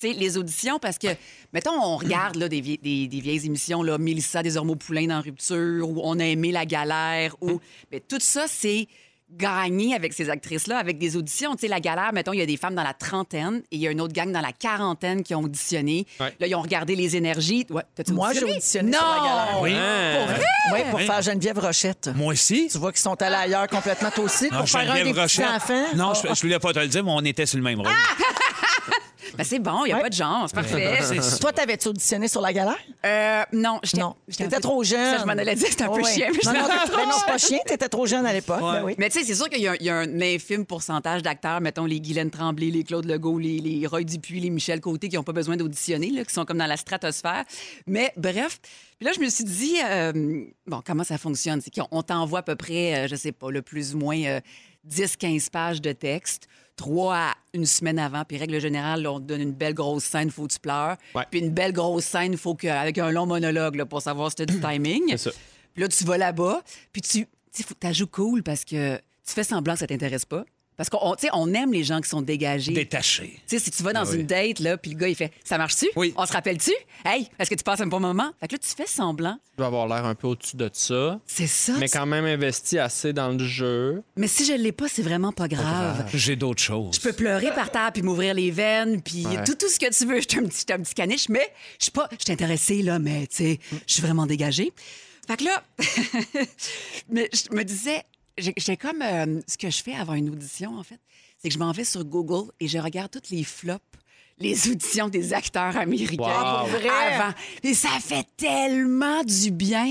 tu sais, les auditions, parce que, mettons, on regarde là, des, vie- des- des vieilles émissions, là, Mélissa des Ormeaux-Poulains dans Rupture, ou On a aimé la galère, ou. Mais tout ça, c'est gagné avec ces actrices-là, avec des auditions. Tu sais, la galère, mettons, il y a des femmes dans la trentaine et il y a une autre gang dans la quarantaine qui ont auditionné.
Ouais.
Là, ils ont regardé les énergies. Ouais, t'as-tu
Moi, j'ai
auditionné?
auditionné
non!
sur la galère.
Oui.
Hein?
Oui, pour
Hein?
faire Geneviève Rochette.
Moi aussi.
Tu vois qu'ils sont allés ailleurs complètement toi aussi
Non,
pour faire un
Geneviève
des petits
Rochette.
enfants.
Non, je, je voulais pas te le dire, mais on était sur le même rôle.
Ben, c'est bon, il n'y a pas de genre, c'est parfait.
Toi, t'avais-tu auditionné sur la galère?
Euh, non, j'étais.
Non,
j'étais un
t'étais
peu-
trop jeune.
Ça, je m'en allais dire, c'était un peu
Ouais.
chiant. mais je
Non, non,
m'en-
mais non, c'est pas chien, t'étais trop jeune à l'époque. ben
Ah
oui.
Mais tu sais, c'est sûr qu'il y, a un- il y a un infime pourcentage d'acteurs, mettons les Guylaine Tremblay, les Claude Legault, les, les Roy Dupuis, les Michel Côté, qui n'ont pas besoin d'auditionner, là, qui sont comme dans la stratosphère. Mais bref, puis là, je me suis dit, euh, bon, comment ça fonctionne? C'est qu'on on t'envoie à peu près, euh, je sais pas, le plus ou moins 10-15 pages de texte, trois à une semaine avant, puis règle générale, là, on te donne une belle grosse scène, faut que tu pleures.
Ouais.
Puis une belle grosse scène, faut que, avec un long monologue là, pour savoir si t'as du timing.
C'est ça.
Puis là, tu vas là-bas, puis tu. Tu sais, faut que t'as joues cool parce que tu fais semblant que ça t'intéresse pas. Parce qu'on tu sais, on aime les gens qui sont dégagés.
Détaché.
Tu sais, si tu vas
Ah
dans une date, là, puis le gars, il fait Ça marche-tu?
Oui.
On se rappelle-tu? Hey, est-ce que tu passes un bon moment? Fait que là, tu fais semblant.
Je dois avoir l'air un peu au-dessus de ça,
C'est ça.
mais
tu-
quand même investi assez dans le jeu.
mais si je l'ai pas, c'est vraiment pas grave.
J'ai d'autres choses.
Je peux pleurer par terre, puis m'ouvrir les veines, puis tout, tout ce que tu veux. Je suis un petit, j'étais un petit caniche, mais je suis pas... Je suis intéressée, là, mais tu sais, je suis vraiment dégagée. Fait que là, mais je me disais... j'ai- J'étais comme... euh, ce que je fais avant une audition, en fait, c'est que je m'en vais sur Google et je regarde toutes les flops les auditions des acteurs américains
Wow.
pour vrai?
avant. Et ça fait tellement du bien.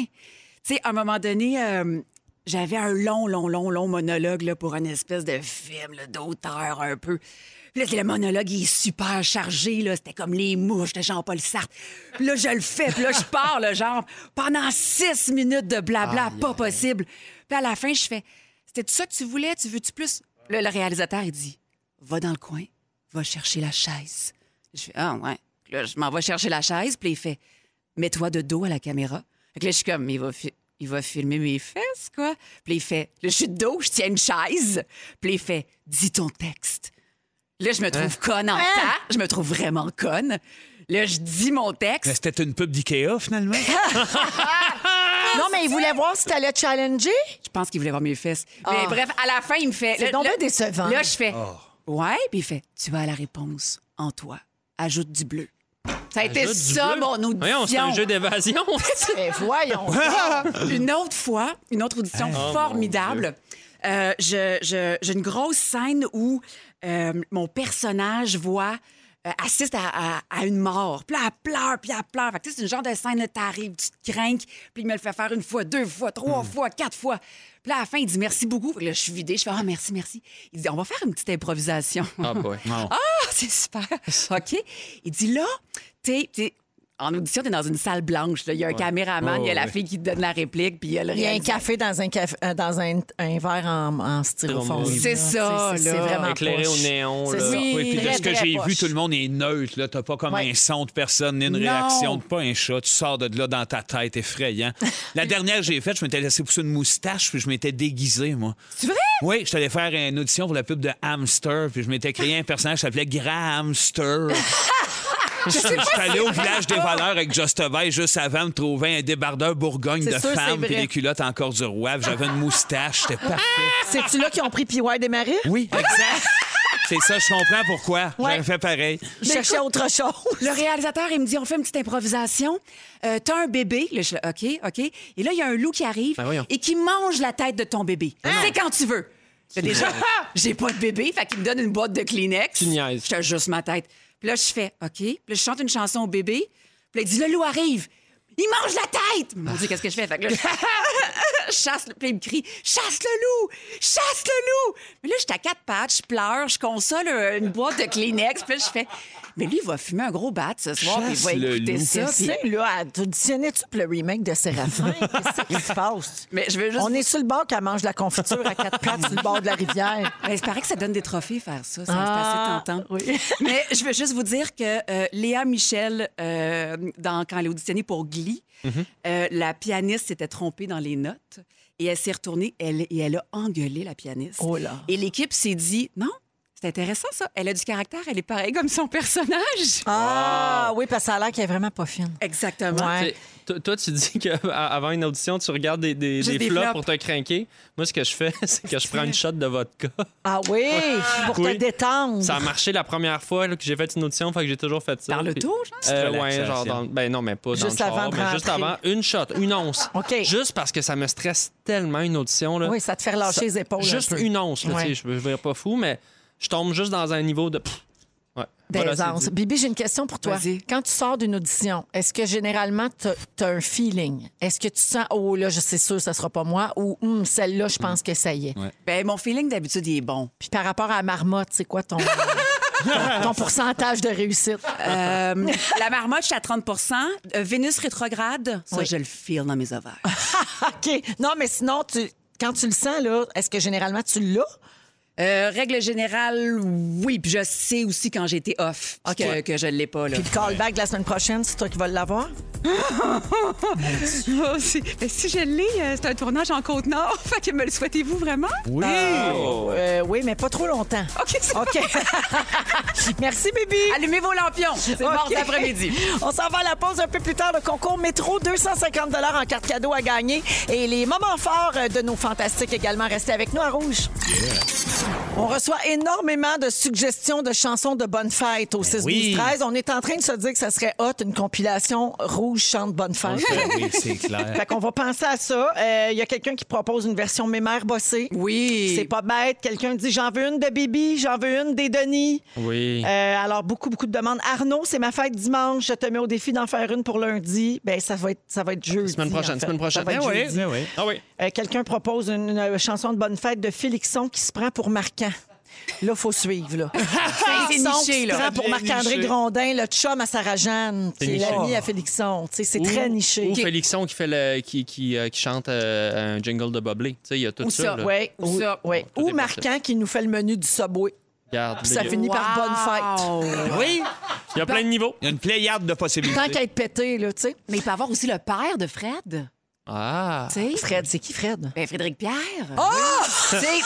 Tu sais, à un moment donné, euh, j'avais un long, long, long, long monologue là, pour une espèce de film là, d'auteur un peu. Puis là, le monologue, il est super chargé. Là. C'était comme les mouches de Jean-Paul Sartre. Puis là, je le fais. Puis là, je pars, là, genre, pendant six minutes de blabla, pas possible. Puis à la fin, je fais C'était tout ça que tu voulais? Tu veux-tu plus? Là, le réalisateur, il dit Va dans le coin, va chercher la chaise. Je fais Ah, ouais. Là, je m'en vais chercher la chaise, puis il fait Mets-toi de dos à la caméra. Fait que là, je suis comme Il va, fi- il va filmer mes fesses, quoi. Puis il fait Là, je suis de dos, je tiens une chaise. Puis il fait Dis ton texte. Là, je me trouve
Hein?
conne en temps. Je me trouve vraiment conne. Là, je dis mon
Mais
texte.
C'était une pub d'IKEA, finalement.
Non, mais il voulait voir si t'allais challenger.
Je pense qu'il voulait voir mes fesses. Mais
Ah.
bref, à la fin, il me fait.
C'est
là-
donc
là-
bien décevant.
Là, je fais. Ouais, puis il fait. Tu as la réponse en toi. Ajoute du bleu. Ça a été
Jeu du
ça,
bleu.
mon audition.
Voyons, c'est un jeu d'évasion.
Mais Eh, voyons.
une autre fois, une autre audition
Hein? Oh,
formidable. Euh, je- je- J'ai une grosse scène où euh, mon personnage voit. euh, assiste à, à- à une mort. Puis là, elle pleure, puis elle pleure. Fait que, tu sais, c'est une genre de scène, là, t'arrives, tu te craignes, puis il me le fait faire une fois, deux fois,
Hmm.
trois fois, quatre fois. Puis là, à la fin, il dit merci beaucoup. Fait que là, je suis vidée. Je fais ah, merci, merci. Il dit on va faire une petite improvisation.
Ah, boy.
Ah, c'est super. OK. Il dit là, t'es. t'es- en audition, t'es dans une salle blanche. là. Il y a un caméraman,
Oh,
il y a la fille qui te donne la réplique, puis il y a le
Il y a un
réalisateur.
café dans un, café, euh, dans un, un verre en, en styrofoam.
C'est
là.
ça,
C'est c'est
là.
vraiment
Éclairé
poche.
au néon.
C'est
là.
ça.
Oui, puis de
Très,
ce que
très
j'ai
poche.
vu, tout le monde est neutre. Là, t'as pas comme
Ouais.
un son de personne, ni une
Non.
réaction, de pas un chat. Tu sors de là dans ta tête, effrayant. La dernière que j'ai faite, je m'étais laissé pousser une moustache, puis je m'étais déguisé, moi.
C'est vrai?
Oui, je suis allé faire une audition pour la pub de Hamster, puis je m'étais créé un personnage qui s'appelait Grand Hamster. Je suis allé au village des valeurs avec Just Bay juste avant me trouver un débardeur Bourgogne de
C'est sûr, c'est
femmes puis
vrai.
des culottes encore du roi. puis J'avais une moustache, c'était parfait.
C'est-tu là qu'ils ont pris PY des maris?
Oui, exact. C'est ça, je comprends pourquoi. J'aurais fait pareil.
Je cherchais autre chose.
Le réalisateur, il me dit, on fait une petite improvisation. Euh, T'as un bébé. Là, je suis là, OK, OK. Et là, il y a un loup qui arrive
Ben voyons. Ben
et qui mange la tête de ton bébé. C'est quand tu veux. Là, déjà, j'ai pas de bébé, fait qu'il me donne une boîte de Kleenex.
Tu niaises.
Je te jure sur ma tête. Puis là, je fais, OK. Puis là, je chante une chanson au bébé. Puis là, il dit, le loup arrive. Il mange la tête! Mon
Ah.
Dieu, qu'est-ce que je fais? Fait que là, je chasse le. Puis il me crie Chasse le loup! Chasse le loup! Mais là, j'étais à quatre pattes, je pleure, je console euh, une boîte de Kleenex. Puis là, je fais Mais lui, il va fumer un gros bat ce soir, puis il va
Chasse le
écouter
loup.
ça.
Tu
puis-
sais, là, elle t'auditionnais-tu pour le remake de Séraphin? Qu'est-ce qui se passe?
Mais je veux juste.
On est sur le bord qu'elle mange de la confiture à quatre pattes sur le bord de la rivière.
Mais c'est pareil que ça donne des trophées faire ça. C'est
Ah,
assez tentant.
oui.
Mais je veux juste vous dire que euh, Léa Michel, euh, dans, quand elle a auditionné pour Glee,
Mm-hmm.
euh, la pianiste s'était trompée dans les notes et elle s'est retournée elle, et elle a engueulé la pianiste.
Oh là.
Et l'équipe s'est dit non, c'est intéressant ça. Elle a du caractère, elle est pareille comme son personnage.
Ah, oui, parce que ça a l'air qu'elle est vraiment pas fine.
Exactement.
T'sais,
Ouais.
toi- Toi, tu dis qu'avant une audition, tu regardes des, des,
Juste
des
des
flops,
flops.
pour te craquer. Moi, ce que je fais, c'est que je prends une shot de vodka.
Ah oui, pour
Oui.
te détendre.
Ça a marché la première fois là, que j'ai fait une audition, fait que j'ai toujours fait ça.
Par le
Puis-
tour, genre?
Euh,
Relaxation.
ouais, genre dans- ben non, mais pas dans
Juste
le char,
avant de
mais juste
rentrer.
avant, une shot, une once.
OK.
Juste parce que ça me stresse tellement une audition là.
Oui, ça te fait relâcher
Ça-
les épaules.
Juste
un peu.
une once, là,
Ouais.
tu sais, je je vais pas fou, mais je tombe juste dans un niveau de. pff, ouais. Voilà, c'est
D'aisance.
dit.
Bibi, j'ai une question pour toi.
Vas-y.
Quand tu sors d'une audition, est-ce que généralement tu as un feeling? Est-ce que tu sens, oh là, je sais sûr, ça sera pas moi, ou Hum, celle-là, je
Mm.
pense que ça y est?
Ben, mon feeling d'habitude, il est bon.
Puis par rapport à la marmotte, c'est quoi ton, ton- ton pourcentage de réussite?
Euh, la marmotte, je suis à 30 Euh, Vénus rétrograde, ça,
Oui.
je le feel dans mes ovaires.
OK. Non, mais sinon, tu, quand tu le sens, là, est-ce que généralement tu l'as?
Euh, règle générale, oui. Puis je sais aussi quand j'ai été off puis que, que je ne l'ai pas. Là.
Puis le callback de la semaine prochaine, c'est toi qui vas l'avoir?
Oh, ben, si je l'ai, euh, c'est un tournage en Côte-Nord. Fait que me le souhaitez-vous vraiment?
Oui!
Euh, oui, mais pas trop longtemps.
OK, c'est
OK. Merci, Bibi.
Allumez vos lampions. C'est mort
OK.
cet après-midi.
On s'en va à la pause un peu plus tard. Le concours Métro, 250 en carte cadeau à gagner. Et les moments forts de nos fantastiques également. Restez avec nous à Rouge. On reçoit énormément de suggestions de chansons de bonne fête au 6 12 13 On est en train de se dire que ça serait hot, une compilation Rouge chante bonne fête.
oui, c'est clair.
Fait qu'on va penser à ça. Euh, Il y a quelqu'un qui propose une version mémère bossée.
Oui.
C'est pas bête. Quelqu'un dit j'en veux une de Bibi, j'en veux une des Denis.
Oui.
Euh, alors, beaucoup, beaucoup de demandes. Arnaud, c'est ma fête dimanche. Je te mets au défi d'en faire une pour lundi. Ben, ça va être, ça va être jeudi.
Semaine prochaine,
en fait.
semaine
Ça
prochaine.
va être
Ah oui,
jeudi.
Ben
ah oui. Ah oui.
Euh, Quelqu'un propose une, une chanson de bonne fête de Félixon qui se prend pour marquant. Là, faut suivre, là. Félixon
niché,
qui se
là.
prend pour
Bien
Marc-André
niché.
Grondin, le chum à Sarah-Jeanne, qui est
niché.
l'ami à Félixon. Tu sais, C'est très niché.
Ou Félixon qui, fait le, qui, qui, euh, qui chante euh, un jingle de Boblé. Tu sais, il y a tout
Ou
ça.
ça,
là.
Ouais,
Ou
ou,
ça.
ouais.
Tout
Ou
est
Marquant qui nous fait le menu du Subway.
Regarde,
Puis ça
il y a-
finit par bonne fête.
fête.
Oui,
il
Bah.
y a plein de niveaux.
il y a une pléiade de
Tant
possibilités.
qu'à être pété, là, tu sais.
Mais il peut avoir aussi le père de Fred.
Ah.
Tu sais?
Fred, c'est qui Fred?
Ben, Frédéric Pierre. Oh!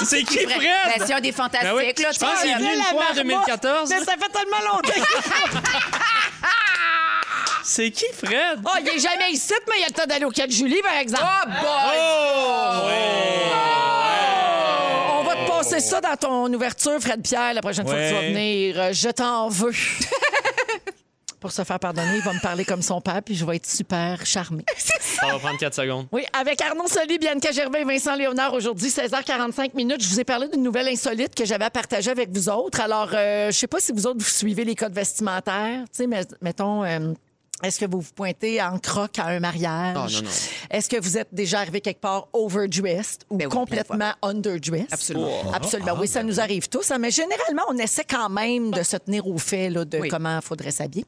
C'est qui, Fred?
Ben, c'est un des fantastiques.
Ben oui,
là,
je pense
tu sais,
qu'il est
euh,
venu une fois en 2014.
Mais ça fait tellement longtemps.
C'est qui, Fred?
oh, il est jamais ici, mais il a le temps d'aller au 4 juillet, par exemple.
Ah,
Oh, boy! Oh!
On va te passer ça dans ton ouverture, Fred Pierre, la prochaine fois que tu vas
Ouais.
venir. Euh, Je t'en veux. Pour se faire pardonner, il va me parler comme son père, puis je vais être super charmée.
Ça va prendre 4 secondes.
Mmh.
Oui, avec Arnaud Soli, Bianca Gervais et Vincent Léonard aujourd'hui, 16h45 minutes. Je vous ai parlé d'une nouvelle insolite que j'avais à partager avec vous autres. Alors, euh, je sais pas si vous autres, vous suivez les codes vestimentaires. Tu sais, mais- mettons... euh, est-ce que vous vous pointez en croque à un mariage?
Ah, non, non.
Est-ce que vous êtes déjà arrivé quelque part overdressed ou
Ben oui, plein de
complètement underdressed?
Absolument.
Absolument. oui, ça nous arrive tous. hein, mais généralement, on essaie quand même de se tenir au fait là, de
Oui.
comment il faudrait s'habiller.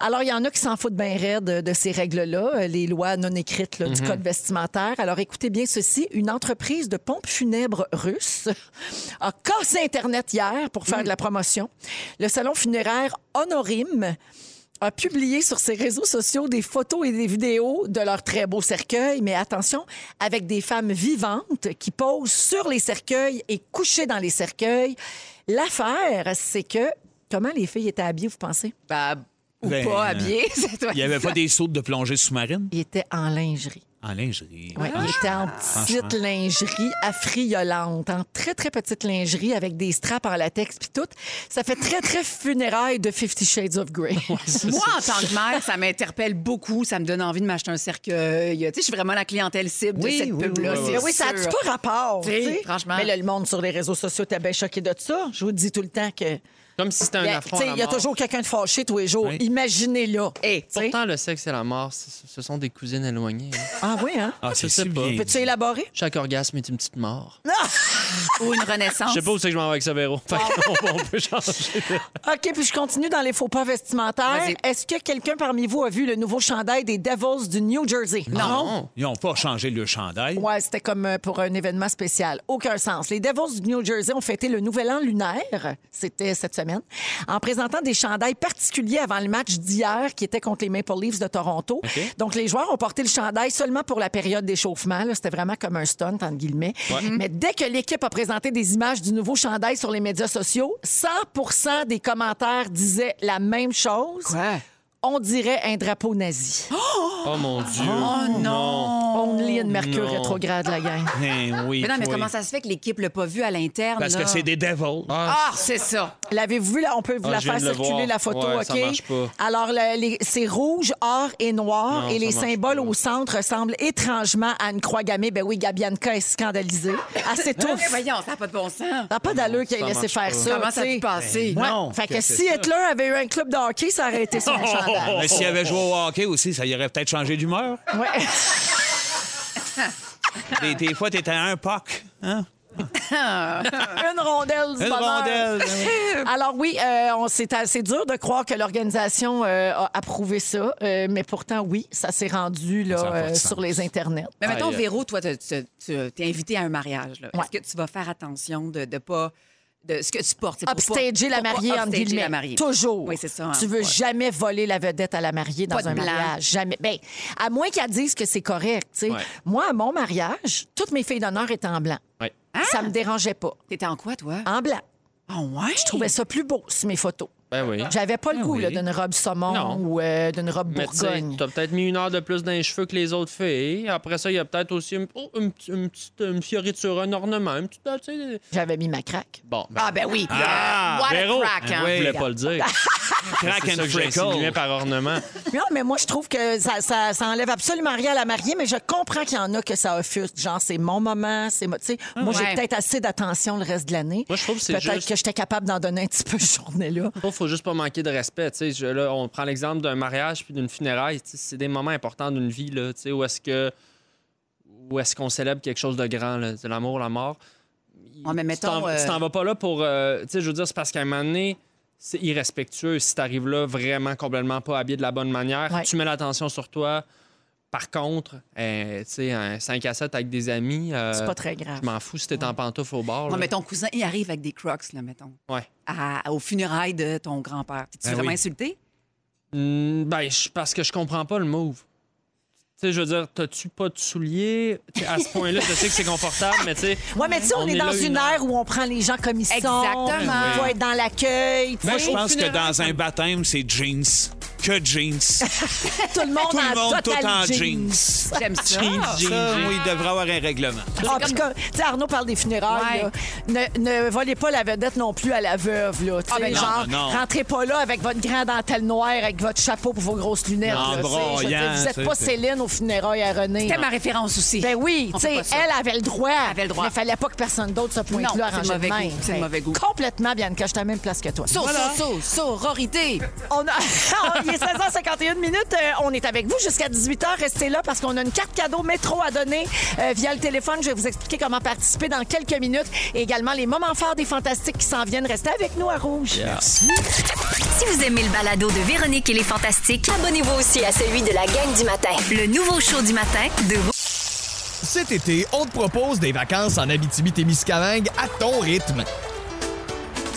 Alors, il y en a qui s'en foutent bien raide de, de ces règles-là, euh, les lois non écrites là, du code vestimentaire. Alors, écoutez bien ceci. Une entreprise de pompes funèbres russe a cassé Internet hier pour
Mm.
faire de la promotion. Le salon funéraire Honorim a publié sur ses réseaux sociaux des photos et des vidéos de leur très beau cercueil, mais attention, avec des femmes vivantes qui posent sur les cercueils et couchées dans les cercueils. L'affaire, c'est que comment les filles étaient habillées, vous pensez?
Ben, ou
Ben,
pas
euh,
habillé. ça doit
Il n'y
être
avait pas des sautes de plongée sous-marine
Ils étaient en lingerie.
en lingerie.
Ouais, ils étaient en petite lingerie affriolante, en très, très petite lingerie avec des straps en latex puis tout. Ça fait très, très funérailles de Fifty Shades of Grey.
Moi, en tant que mère, ça m'interpelle beaucoup. Ça me donne envie de m'acheter un cercueil. Tu sais, je suis vraiment la clientèle cible de cette pub-là.
Mais oui, ça
sûr.
a-tu pas rapport?
T'sais,
t'sais?
franchement.
Mais là, le monde sur les réseaux sociaux était bien choqué de ça. Je vous dis tout le temps que
Comme si c'était un
Ben,
affront à
t'sais,
la
Il y a
mort. Eh,
toujours quelqu'un de fâché tous les jours.
Oui.
Imaginez-le. Hey, t'sais.
Pourtant, le sexe et la mort, ce ce sont des cousines éloignées. hein.
ah oui, hein?
Ah, c'est
Je sais
si
pas.
bien
Peux-tu élaborer?
Chaque orgasme est une petite mort.
Ou une renaissance.
Je sais pas où c'est que je m'en vais avec ça, Véro.
Oh.
Fait qu'on- on peut changer.
OK, puis je continue dans les faux pas vestimentaires.
Vas-y.
Est-ce que quelqu'un parmi vous a vu le nouveau chandail des Devils du New Jersey?
Ils n'ont pas changé le chandail.
Ouais, c'était comme euh, pour un événement spécial. Aucun sens. Les Devils du New Jersey ont fêté le Nouvel An lunaire, c'était cette semaine, en présentant des chandails particuliers avant le match d'hier qui était contre les Maple Leafs de Toronto. Donc, les joueurs ont porté le chandail seulement pour la période d'échauffement. là. C'était vraiment comme un stunt, entre guillemets. Mais dès que l'équipe a présenté des images du nouveau chandail sur les médias sociaux, 100 des commentaires disaient la même chose. On dirait un drapeau nazi.
Oh mon Dieu.
Oh non!
Only in Mercure
non.
rétrograde, la gang.
Eh oui,
Mais non, mais
oui.
comment ça se fait que l'équipe l'a pas vu à l'interne?
Parce
là?
que c'est des devils.
Ah, c'est ça.
L'avez-vous vu? Là? On peut vous
Ah,
la
je viens
faire
de le
circuler,
voir.
la photo,
Ouais,
OK?
ça marche pas.
Alors, le- les- c'est rouge, or et noir,
Non,
et
ça
les
marche
symboles
pas.
au centre ressemblent étrangement à une croix gammée. Ben oui, Gabianca est scandalisée. Elle
Mais
s'étouffe.
voyons, ça n'a pas de bon sens.
T'as pas d'allure qu'il ait
ça
laissé
marche
faire
pas.
ça.
Comment ça a
t'sais.
pu passer?
Ouais.
Non,
fait que
que
si
c'est ça.
Hitler avait eu un club de hockey, ça aurait été son chandail.
Mais s'il avait joué
Oh,
au hockey aussi, ça y aurait peut-être changé d'humeur.
Ouais.
Des, des fois, t'étais un puck. Hein?
Une rondelle du
Une
bonheur.
rondelle. ben oui.
Alors oui, euh, on- c'est assez dur de croire que l'organisation euh, a approuvé ça, euh, mais pourtant, oui, ça s'est rendu là,
Ça a pas de
euh,
sens.
sur les internets.
Mais mettons,
Aïe.
Véro, toi, tu t'es invité à un mariage. là.
Ouais.
Est-ce que tu vas faire attention de ne pas. de ce que tu portes? C'est pour pas-
Upstager la
pour pas
mariée, entre
upstager
guillemets.
la mariée.
Toujours.
Oui, c'est ça. hein.
Tu veux
Ouais.
jamais voler la vedette à la mariée dans
Pas de
un
blanc.
mariage. Jamais. Ben, à moins qu'elle dise que c'est correct. tu sais.
Ouais.
Moi, à mon mariage, toutes mes filles d'honneur étaient en blanc. Ah!
Ouais.
Ça me dérangeait pas.
T'étais en quoi, toi?
En blanc.
Ah, ouais?
Je trouvais ça plus beau sur mes photos.
Ben oui.
J'avais pas le goût là, d'une robe saumon
Non.
ou euh, d'une robe
Mais tu sais,
bourgogne.
t'as peut-être mis une heure de plus dans les cheveux que les autres filles. Après ça, il y a peut-être aussi une, oh, une, petite- une petite une fioriture, un ornement, une petite. tu sais,
J'avais mis ma craque.
Bon, ben,
Ah, ben oui.
Ah,
What
Véro.
a crack, hein?
je
oui.
voulais pas le dire.
Crack
C'est
and
ça que j'insinuais
frickle.
par ornement.
Non, mais moi, je trouve que ça, ça, ça enlève absolument rien à la mariée, mais je comprends qu'il y en a que ça offusque. Genre, c'est mon moment, c'est mo- tu sais, Moi,
Ah,
j'ai
Ouais.
peut-être assez d'attention le reste de l'année.
Moi, je trouve que c'est
Peut-être
juste-
que j'étais capable d'en donner un petit peu cette journée-là.
Euh,
Il faut juste pas manquer de respect. tu sais. Je- là, on prend l'exemple d'un mariage puis d'une funéraille. tu sais, C'est des moments importants d'une vie là, tu sais, où est-ce que où est-ce qu'on célèbre quelque chose de grand, là, de l'amour, la mort.
Ouais, mais
Tu
mettons,
t'en-
euh,
Tu t'en vas pas là pour. euh, tu sais, je veux dire, c'est parce qu'à un moment donné, c'est irrespectueux si t'arrives là vraiment complètement pas habillé de la bonne manière.
Ouais.
Tu mets l'attention sur toi. Par contre, euh, tu sais, un 5 à 7 avec des amis. euh,
C'est pas très grave.
Je m'en fous si t'es en pantoufle au bar.
Ouais,
là.
mais ton cousin, il arrive avec des crocs, là, mettons.
Ouais.
À, au funérailles de ton grand-père. T'es-tu
Ben
vraiment
oui.
insulté?
Mm, Ben, je- parce que je comprends pas le move. Tu sais, je veux dire, t'as-tu pas de souliers? Tu sais, à ce point-là, je sais que c'est confortable, mais tu sais.
Ouais, mais tu sais, on,
On
est
est
dans
là
une
une
ère où on prend les gens comme ils sont.
Exactement.
Il faut être dans l'accueil. tu
Moi,
sais.
je pense que dans un baptême, c'est jeans. Que jeans.
tout le monde
Tout
en
le monde, tout
total
en
jeans.
jeans.
J'aime ça.
Jeans, jeans. Oui, il devrait avoir un règlement.
Ah, puis comme- tu sais, Arnaud parle des funérailles. là. Ne, ne volez pas la vedette non plus à la veuve. Là, Tu sais,
Ah, ben non,
genre,
non.
rentrez pas là avec votre grande dentelle noire, avec votre chapeau pour vos grosses lunettes.
Non,
là, tu sais. Je veux dire,
broyant,
vous
tu
n'êtes
sais,
pas
c'est-
Céline aux funérailles à René.
C'était ma référence aussi.
Ben oui,
On
tu sais,
fait pas ça.
elle avait le droit. Elle
avait le droit.
Mais fallait pas que personne d'autre se pointe
Non,
là
c'est
arrangé
mauvais
de même.
goût, c'est
Ben,
mauvais goût.
Complètement, Bianca, je à même place que toi.
So, so, so, sororité.
On a- Il est 16h51 minutes. Euh, on est avec vous jusqu'à 18h. Restez là parce qu'on a une carte cadeau métro à donner euh, via le téléphone. Je vais vous expliquer comment participer dans quelques minutes. Et également les moments forts des fantastiques qui s'en viennent. Restez avec nous à Rouge.
Si vous aimez le balado de Véronique et les Fantastiques, abonnez-vous aussi à celui de la gang du matin. Le nouveau show du matin de
Cet été, on te propose des vacances en Abitibi-Témiscamingue à ton rythme.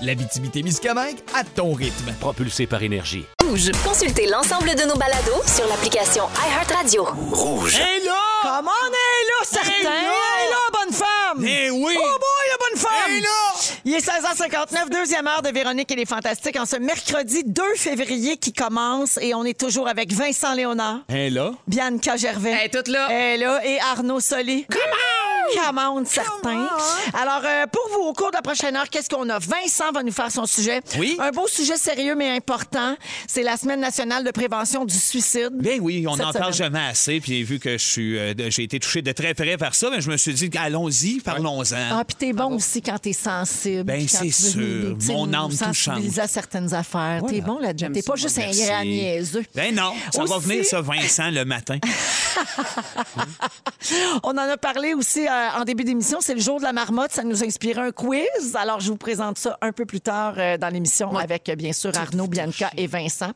L'Abitibi-Témiscamingue à ton rythme.
Propulsé par énergie.
Rouge. Consultez l'ensemble de nos balados sur l'application iHeartRadio.
Comme Oh! on est là, certains! Hey là, bonne femme!
Eh oui!
Oh boy, la bonne femme!
Eh là!
Il est 16h59, deuxième heure de Véronique et les Fantastiques en ce mercredi 2 février qui commence et on est toujours avec Vincent Léonard,
Hein, là?
Bianca Gervais.
Elle est toute là.
Elle est là et Arnaud Solé. commande certain. Alors, euh, pour vous, au cours de la prochaine heure, qu'est-ce qu'on a? Vincent va nous faire son sujet.
Oui.
Un beau sujet sérieux mais important. C'est la Semaine nationale de prévention du suicide.
Ben oui, on
Cette
n'en parle
semaine.
jamais assez. Puis vu que je suis, euh, de- j'ai été touché de très près par ça, mais je me suis dit, allons-y, parlons-en.
Ah, puis t'es bon aussi quand t'es sensible.
Ben,
puis quand
c'est
tu veux nous-
sûr.
nous- tu sais,
Mon
nous
âme touchante.
sensibiliser à certaines affaires. T'es bon là-dedans. T'es pas juste un
Merci.
grand niaiseux.
Ben non, ça va
Aussi-
venir ça, Vincent, le matin.
On en a parlé aussi euh, en début d'émission. C'est le jour de la marmotte. Ça nous a inspiré un quiz. Alors, je vous présente ça un peu plus tard euh, dans l'émission avec, euh, bien sûr, Arnaud, Bianca et Vincent.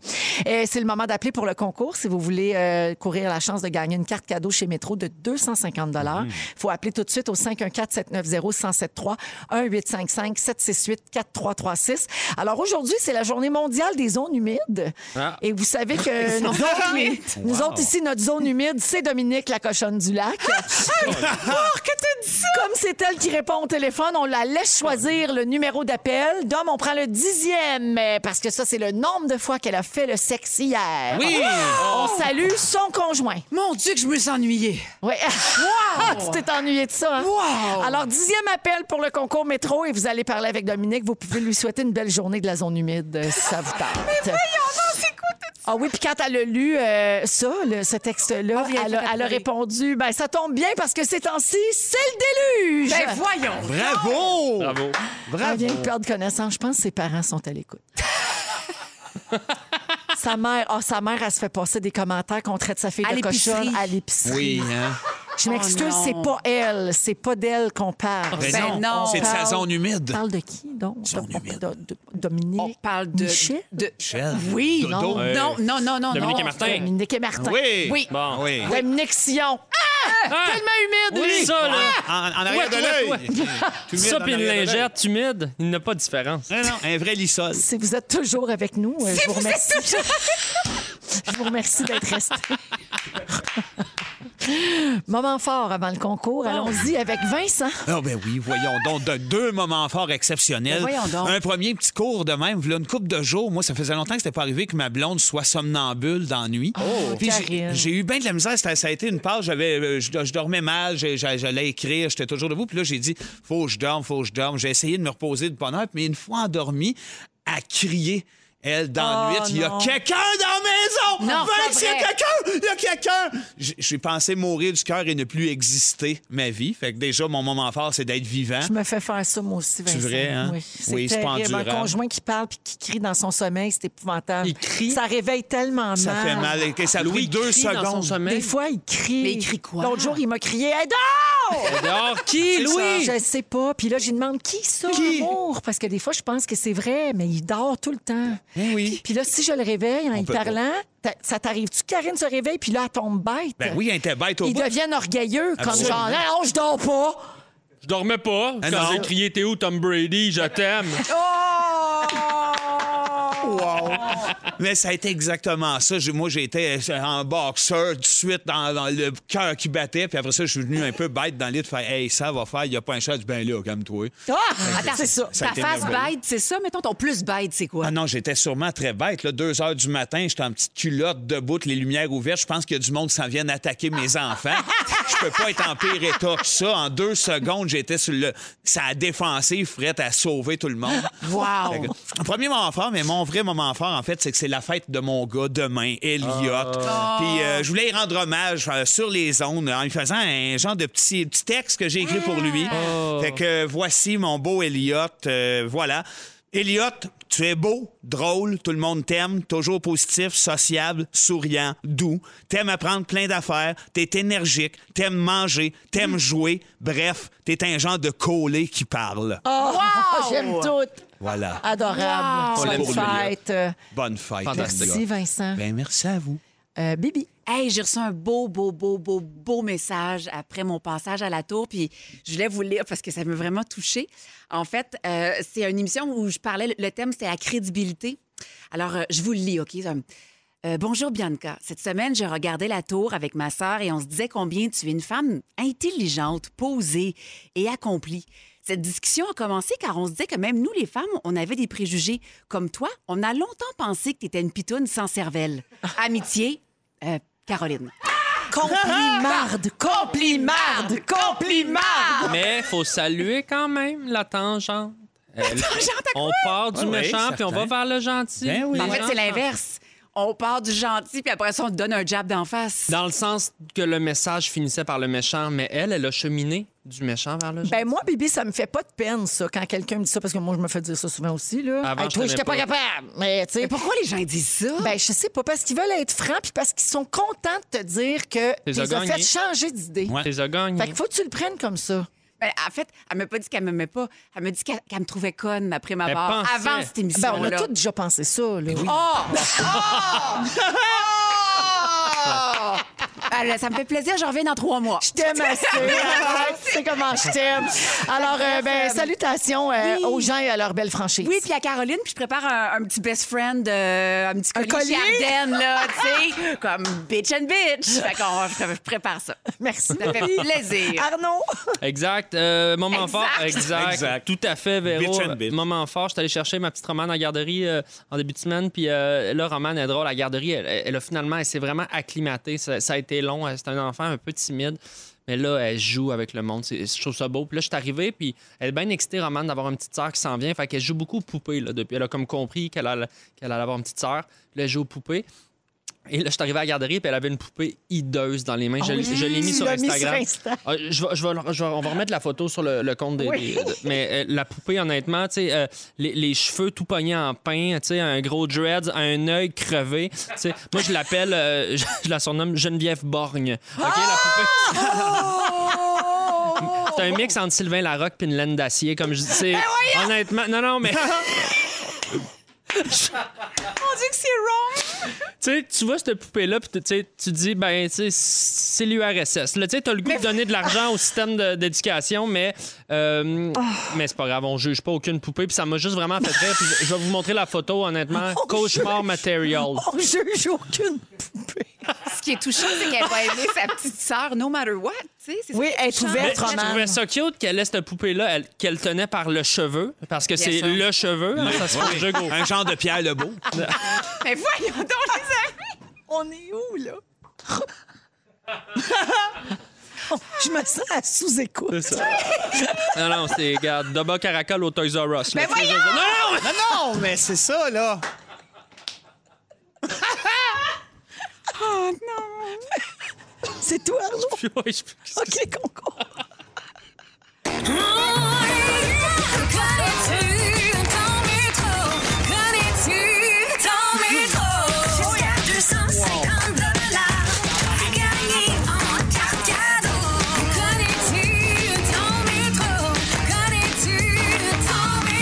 Et c'est le moment d'appeler pour le concours. Si vous voulez euh, courir la chance de gagner une carte cadeau chez Métro de 250 Il faut appeler tout de suite au 514-790-1073 1-855-768-4336. Alors, aujourd'hui, c'est la journée mondiale des zones humides.
Ah.
Et vous savez que nous autres, nous autres ici, notre zone humide, c'est Dominique, la cochonne du lac. Comme c'est elle qui répond au téléphone, on la laisse choisir le numéro d'appel. Dom, on prend le dixième, euh, parce que ça, c'est le nombre de fois qu'elle a fait le sexe hier.
Oui!
On salue son conjoint.
Mon Dieu, que je me suis ennuyée.
Oui. Ah, tu t'es ennuyé de ça, hein?
Wow!
Alors, dixième appel pour le concours métro et vous allez parler avec Dominique. Vous pouvez lui souhaiter une belle journée de la zone humide, euh, si ça vous tente. Ah oui, puis quand elle a lu euh, ça, le- ce texte-là,
Ah, elle
elle, a-
fait
elle a
pleurer.
répondu, ben ça tombe bien parce que ces temps-ci, c'est le déluge.
Ben voyons.
Bravo!
Bravo.
Elle vient de perdre connaissance. Je pense que ses parents sont à l'écoute. sa mère, ah, sa mère, elle se fait passer des commentaires qu'on traite sa fille
À
de cochonne
l'épicerie.
à l'épicerie.
Oui, hein?
Je
Oh
m'excuse,
non.
c'est pas elle. C'est pas d'elle qu'on parle.
Ben,
Ben non.
c'est de sa
Parle-
zone humide.
On parle de qui, donc?
Zone
On-
humide.
de- de- Dominique.
On parle de...
Michel?
de-
Michel,
Oui.
Dodo.
non.
Ouais.
Non, non, non, non.
Dominique
non.
et Euh, Martin.
Dominique et Martin. Ah,
Oui!
Oui.
Bon.
Oui.
Dominique Sillon.
Ah!
Tellement humide,
Oui,
lui.
ça, là.
En, en arrière
Ouais,
de
ouais,
l'œil. Tu mets
Ça,
dans
puis une
l'arrière de l'œil.
lingette humide, il n'y a pas de différence.
Non, non, un vrai lissol.
Si vous êtes toujours avec nous, euh, je vous remercie. je vous remercie d'être resté. Moment fort avant le concours. Allons-y avec Vincent.
Ah ben oui, voyons donc, de deux moments forts exceptionnels.
Ben voyons donc.
Un premier petit cours de même, voilà une coupe de jours. Moi, ça faisait longtemps que c'était pas arrivé que ma blonde soit somnambule d'ennui.
Oh,
Puis j'ai-
Karine.
j'ai eu bien de la misère. C'était- Ça a été une page. J'avais, euh, je, je dormais mal, j'ai- j'a- j'allais écrire, j'étais toujours debout. Puis là, j'ai dit, faut que je dorme, faut que je dorme. J'ai essayé de me reposer de bonne heure, mais une fois endormie, à crier. Elle, dans
Oh,
l'huître, il y a
non.
quelqu'un dans la maison!
Non,
Vince,
c'est
il y a
pas vrai.
quelqu'un! quelqu'un! Il y a quelqu'un! J- J'ai pensé mourir du cœur et ne plus exister ma vie. Fait que déjà, mon moment fort, c'est d'être vivant.
Je me fais faire ça, moi aussi, Vincent.
Hein? vrai, hein?
Oui, c'est
Oui, c'est pas
terrible. Un
endurable.
conjoint qui parle puis qui crie dans son sommeil, c'est épouvantable.
Il crie?
Ça réveille tellement mal.
Ça fait mal. Et que ça a pris
Louis
deux
crie dans son
secondes.
sommeil.
Des fois, il crie.
Mais il crie quoi?
L'autre jour, il m'a crié Aide donc!
Dehors, qui, Louis?
Je sais pas. Puis là, je lui demande qui ça,
Qui?
amour? Parce que des fois, je pense que c'est vrai, mais il dort tout le temps.
Eh oui.
Puis là, si je le réveille en y
peut pas.
parlant, t'a- ça t'arrive-tu? que Karine se réveille, puis là, elle tombe bête.
Ben oui, un était bête au
Ils
bout.
deviennent orgueilleux, comme
Absolument.
genre, non, je dors pas.
Je dormais pas
Ah,
quand
non.
j'ai crié T'es où, Tom Brady? Je t'aime.
Mais ça a été exactement ça. J'ai- Moi, j'étais euh, en boxeur tout de suite, dans, dans le cœur qui battait. Puis après ça, je suis venu un peu bête dans le lit de faire Hey, ça va faire, il n'y a pas un chat du ben là, calme-toi.
Ah!
Attends,
c'est ça.
Ça a
Ta
été
face
merveilleux.
bête, c'est ça? Mettons, ton plus bête, c'est quoi?
Ah non, j'étais sûrement très bête. Là. Deux heures du matin, j'étais en petite culotte debout, les lumières ouvertes. Je pense qu'il y a du monde qui s'en vient attaquer mes enfants. Je peux pas être en pire état que ça. En deux secondes, j'étais sur le. Ça a défensif, prête à sauver tout le monde. Fait
Wow!
que, Premier moment fort, mais mon vrai moment fort, en fait, c'est que c'est la fête de mon gars demain, Elliot. Puis euh, je voulais y rendre hommage euh, sur les ondes en lui faisant un genre de petit, petit texte que j'ai écrit pour lui. Fait que euh, voici mon beau Elliot. euh, voilà. Elliot, tu es beau, drôle, tout le monde t'aime, toujours positif, sociable, souriant, doux. T'aimes apprendre plein d'affaires, t'es énergique, t'aimes manger, t'aimes jouer. Bref, t'es un genre de collé qui parle.
Oh,
Ah,
J'aime tout.
Voilà.
Adorable.
On l'aime
Bonne
pour lui,
fête. Euh,
Bonne fête.
Fantastique.
Merci, Vincent.
Ben, merci à vous.
Euh, Bibi.
Hey, j'ai reçu un beau, beau, beau, beau, beau message après mon passage à la tour, puis je voulais vous le lire parce que ça m'a vraiment touchée. En fait, euh, c'est une émission où je parlais, le thème c'était la crédibilité. Alors, euh, je vous le lis, OK? Ça me- Euh, bonjour Bianca. Cette semaine, je regardais la tour avec ma sœur et on se disait combien tu es une femme intelligente, posée et accomplie. Cette discussion a commencé car on se disait que même nous, les femmes, on avait des préjugés. Comme toi, on a longtemps pensé que tu étais une pitoune sans cervelle. Amitié, euh, Caroline.
Complimarde, complimarde, complimarde.
Mais faut saluer quand même la tangente. Euh,
tangente à
on part du
Ah Oui, oui,
méchant, puis on va
certain.
vers le gentil.
Ben oui.
Les
En fait,
gens
c'est
s'en-
l'inverse. On part du gentil, puis après ça, on te donne un jab d'en face.
Dans le sens que le message finissait par le méchant, mais elle, elle a cheminé du méchant vers le gentil.
Ben moi, Bibi, ça me fait pas de peine, ça, quand quelqu'un me dit ça, parce que moi, je me fais dire ça souvent aussi, là.
Ah, Avant,
Hey,
je
toi,
t'aimais
j'étais pas
pas.
capable. Mais, tu sais,
Mais pourquoi les gens disent ça?
Ben, je sais pas, parce qu'ils veulent être francs, puis parce qu'ils sont contents de te dire que tu les
as
as fait
gagnés.
changer d'idée.
Ouais. T'es a gagné.
Fait qu'il faut que tu le prennes comme ça.
Ben, en fait, elle m'a pas dit qu'elle m'aimait pas. Elle m'a dit qu'elle qu'elle me trouvait conne après ma
Elle
part.
pensait.
Avant cette
Ben, on a
émission-là. Oh!
tous déjà pensé ça, là.
Ben
Ah, là, ça me fait plaisir, je reviens dans trois mois.
Je t'aime assez. Arrête, Tu sais comment je t'aime. Alors, euh, ben, salutations euh,
Oui.
aux gens et à leur belle franchise.
Oui, puis à Caroline, puis je prépare un, un petit best friend, euh, un petit
Un
collier,
collier?
Chardin, là, tu sais, comme bitch and bitch. Fait qu'on je, je prépare ça.
Merci.
Ça fait plaisir.
Arnaud,
Exact. Euh, moment
Exact.
fort. Exact.
Exact.
Tout à fait, Véro.
Bitch and bitch.
Moment fort. Je suis allé chercher ma petite Romane à la garderie euh, en début de semaine. Puis euh, là, Romane est drôle. La garderie, elle, elle a finalement, elle s'est vraiment acclimatée. Ça, ça a été long. Elle- C'est un enfant un peu timide. Mais là, elle joue avec le monde. C'est- Je trouve ça beau. Puis là, je suis arrivé, puis elle est bien excitée, Romane, d'avoir une petite sœur qui s'en vient. Fait qu'elle joue beaucoup aux poupées, là, depuis. Elle a comme compris qu'elle allait, qu'elle allait avoir une petite sœur. Là, elle joue aux poupées. Et là, je suis arrivé à la garderie, puis elle avait une poupée hideuse dans les mains. Je, je l'ai mis
tu
sur
l'as mis sur
Instagram.
Insta.
Ah, je vais- je vais- je vais- on va remettre la photo sur le, le compte des. des-
Oui.
de- mais euh, la poupée, honnêtement, tu sais, euh, les, les cheveux tout pognés en pain, tu sais, un gros dread, un œil crevé. tu sais. Moi, je l'appelle, euh, je, je la surnomme Geneviève Borgne. OK, la poupée. C'est un mix entre Sylvain Larocque puis une laine d'acier, comme je dis. c'est-
Ben
Honnêtement, non, non, mais.
On dit que c'est wrong.
tu sais, tu vois cette poupée-là, puis tu sais, tu dis, ben, tu sais, c'est l'URSS. Là, tu sais, t'as le goût de donner de l'argent au système de- d'éducation, mais, euh, mais c'est pas grave, on juge pas aucune poupée, puis ça m'a juste vraiment fait rire. Puis je- je vais vous montrer la photo, honnêtement.
Oh,
Cauchemar material.
on juge aucune poupée.
Ce qui est touchant, c'est qu'elle va aimer sa petite sœur, no matter what. tu sais, c'est ça
Oui,
qui est
elle est
touchant.
Mais
ouverte,
je trouvais
Romane.
ça cute qu'elle laisse cette poupée-là, elle- qu'elle tenait par le cheveu, parce que c'est
sûr.
le cheveu, hein, ça se conjugue au-
Un genre de Pierre Lebeau.
Mais voyons donc, les amis.
On est où, là? Je me sens à sous-écoute.
Non, non, c'est, regarde, Doba Caracal au Toys R Us. là,
Mais
tu sais, je veux dire- Non, non,
Non, Ah non, mais c'est ça, là.
C'est toi, Arnaud?
non! Oui, je-
OK, concours.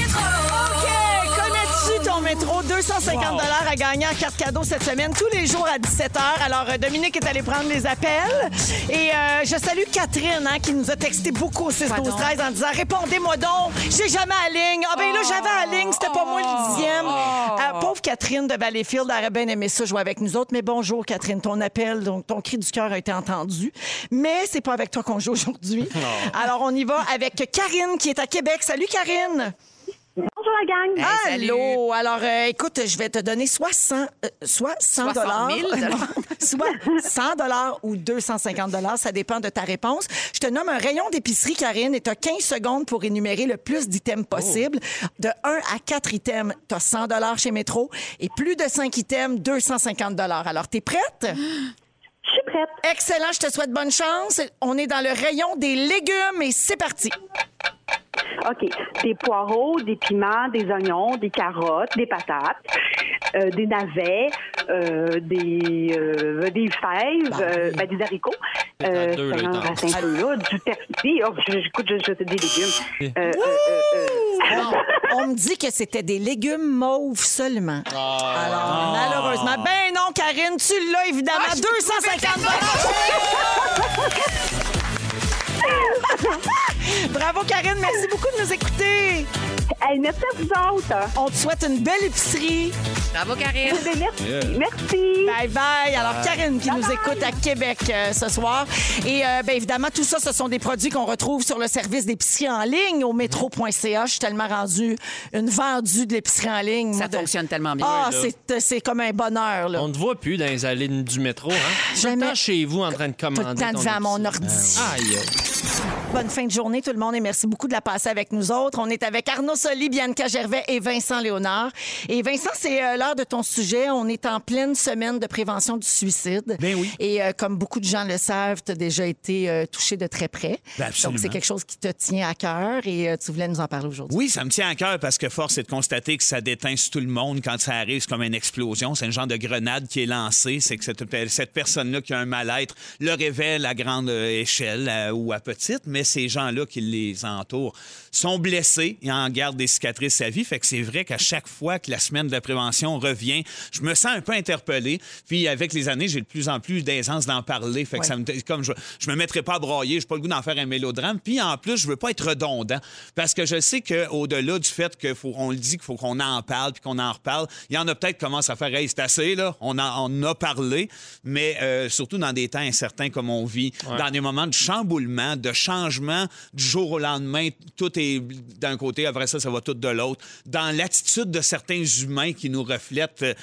OK, connais-tu ton métro? 250 dollars à gagner en carte cadeau cette semaine, tous les jours à 17h. Alors, euh, Dominique est allé prendre les appels. Et euh, je salue Catherine, hein, qui nous a texté beaucoup au 6 12 13 en disant Répondez-moi donc, j'ai jamais la ligne. Ah, ben là, j'avais la ligne, c'était pas moi le dixième. Euh, pauvre Catherine de Valleyfield aurait bien aimé ça jouer avec nous autres. Mais bonjour, Catherine, ton appel, donc ton cri du cœur a été entendu. Mais c'est pas avec toi qu'on joue aujourd'hui. Alors, on y va avec Karine, qui est à Québec. Salut, Karine.
Bonjour la gang.
salut.
Allô! Alors, euh, écoute, je vais te donner soit 100, euh, soit 100 dollars,
60 000
soit 100 dollars ou 250 dollars, ça dépend de ta réponse. Je te nomme un rayon d'épicerie, Karine, et tu as 15 secondes pour énumérer le plus d'items possible. De 1 à 4 items, tu as 100 dollars chez Métro, et plus de 5 items, 250 dollars. Alors, t'es prête?
Je suis prête.
Excellent, je te souhaite bonne chance. On est dans le rayon des légumes et c'est parti.
OK. Des poireaux, des piments, des oignons, des carottes, des patates, euh, des navets, euh, des, euh, des fèves,
Bah oui.
euh, ben, des haricots.
T'es à deux, là,
ça
t'en-
embrasse un peu, là, du persil. Oh, je- j'écoute, je, je, des légumes. Euh, euh, euh, euh,
Non, on me dit que c'était des légumes mauves seulement. Alors, malheureusement. Ben non, Karine, tu l'as évidemment. 250 dollars. Bravo, Karine. Merci beaucoup de nous écouter.
merci à vous autres.
On te souhaite une belle épicerie.
Bravo, Karine.
Merci.
Yeah.
Merci.
Bye bye. Alors, Karine qui nous écoute à Québec euh, ce soir. Et euh, ben, évidemment, tout ça, ce sont des produits qu'on retrouve sur le service d'épicerie en ligne au métro.ca. Je suis tellement rendue une vendue de l'épicerie en ligne.
Ça
Moi, de-
fonctionne tellement bien.
Ah,
là.
c'est, euh, c'est comme un bonheur. Là.
On ne voit plus dans les allées du métro. Hein? Tout le
Jamais.
temps chez vous en train de
Tout
commander.
le temps
ton
devant mon
épicerie. Ah,
ordi.
Aïe.
Bonne fin de journée tout le monde et merci beaucoup de la passer avec nous autres. On est avec Arnaud Soli, Bianca Gervais et Vincent Léonard. Et Vincent, c'est euh, l'heure de ton sujet. On est en pleine semaine de prévention du suicide.
Ben oui.
Et euh, comme beaucoup de gens le savent, tu as déjà été euh, touché de très près.
Ben absolument.
Donc c'est quelque chose qui te tient à cœur et euh, tu voulais nous en parler aujourd'hui.
Oui, ça me tient à cœur parce que force est de constater que ça déteint sur tout le monde quand ça arrive. C'est comme une explosion. C'est le genre de grenade qui est lancée. C'est que cette, cette personne-là qui a un mal-être le révèle à grande euh, échelle euh, ou à petite, mais ces gens-là qui les entourent sont blessés et en gardent des cicatrices à vie. Fait que c'est vrai qu'à chaque fois que la semaine de la prévention revient, je me sens un peu interpellé. Puis avec les années, j'ai de plus en plus d'aisance d'en parler. Fait que
Ouais.
ça me, comme je, je me mettrais pas à broyer, j'ai pas le goût d'en faire un mélodrame. Puis en plus, je veux pas être redondant parce que je sais que au-delà du fait que faut, on le dit qu'il faut qu'on en parle puis qu'on en reparle, il y en a peut-être qui commencent à faire hey, c'est assez là, on en on en a parlé, mais euh, surtout dans des temps incertains comme on vit, dans des moments de chamboulement, de changement du jour au lendemain, tout est d'un côté, après ça ça va tout de l'autre, dans l'attitude de certains humains qui nous reflètent, euh,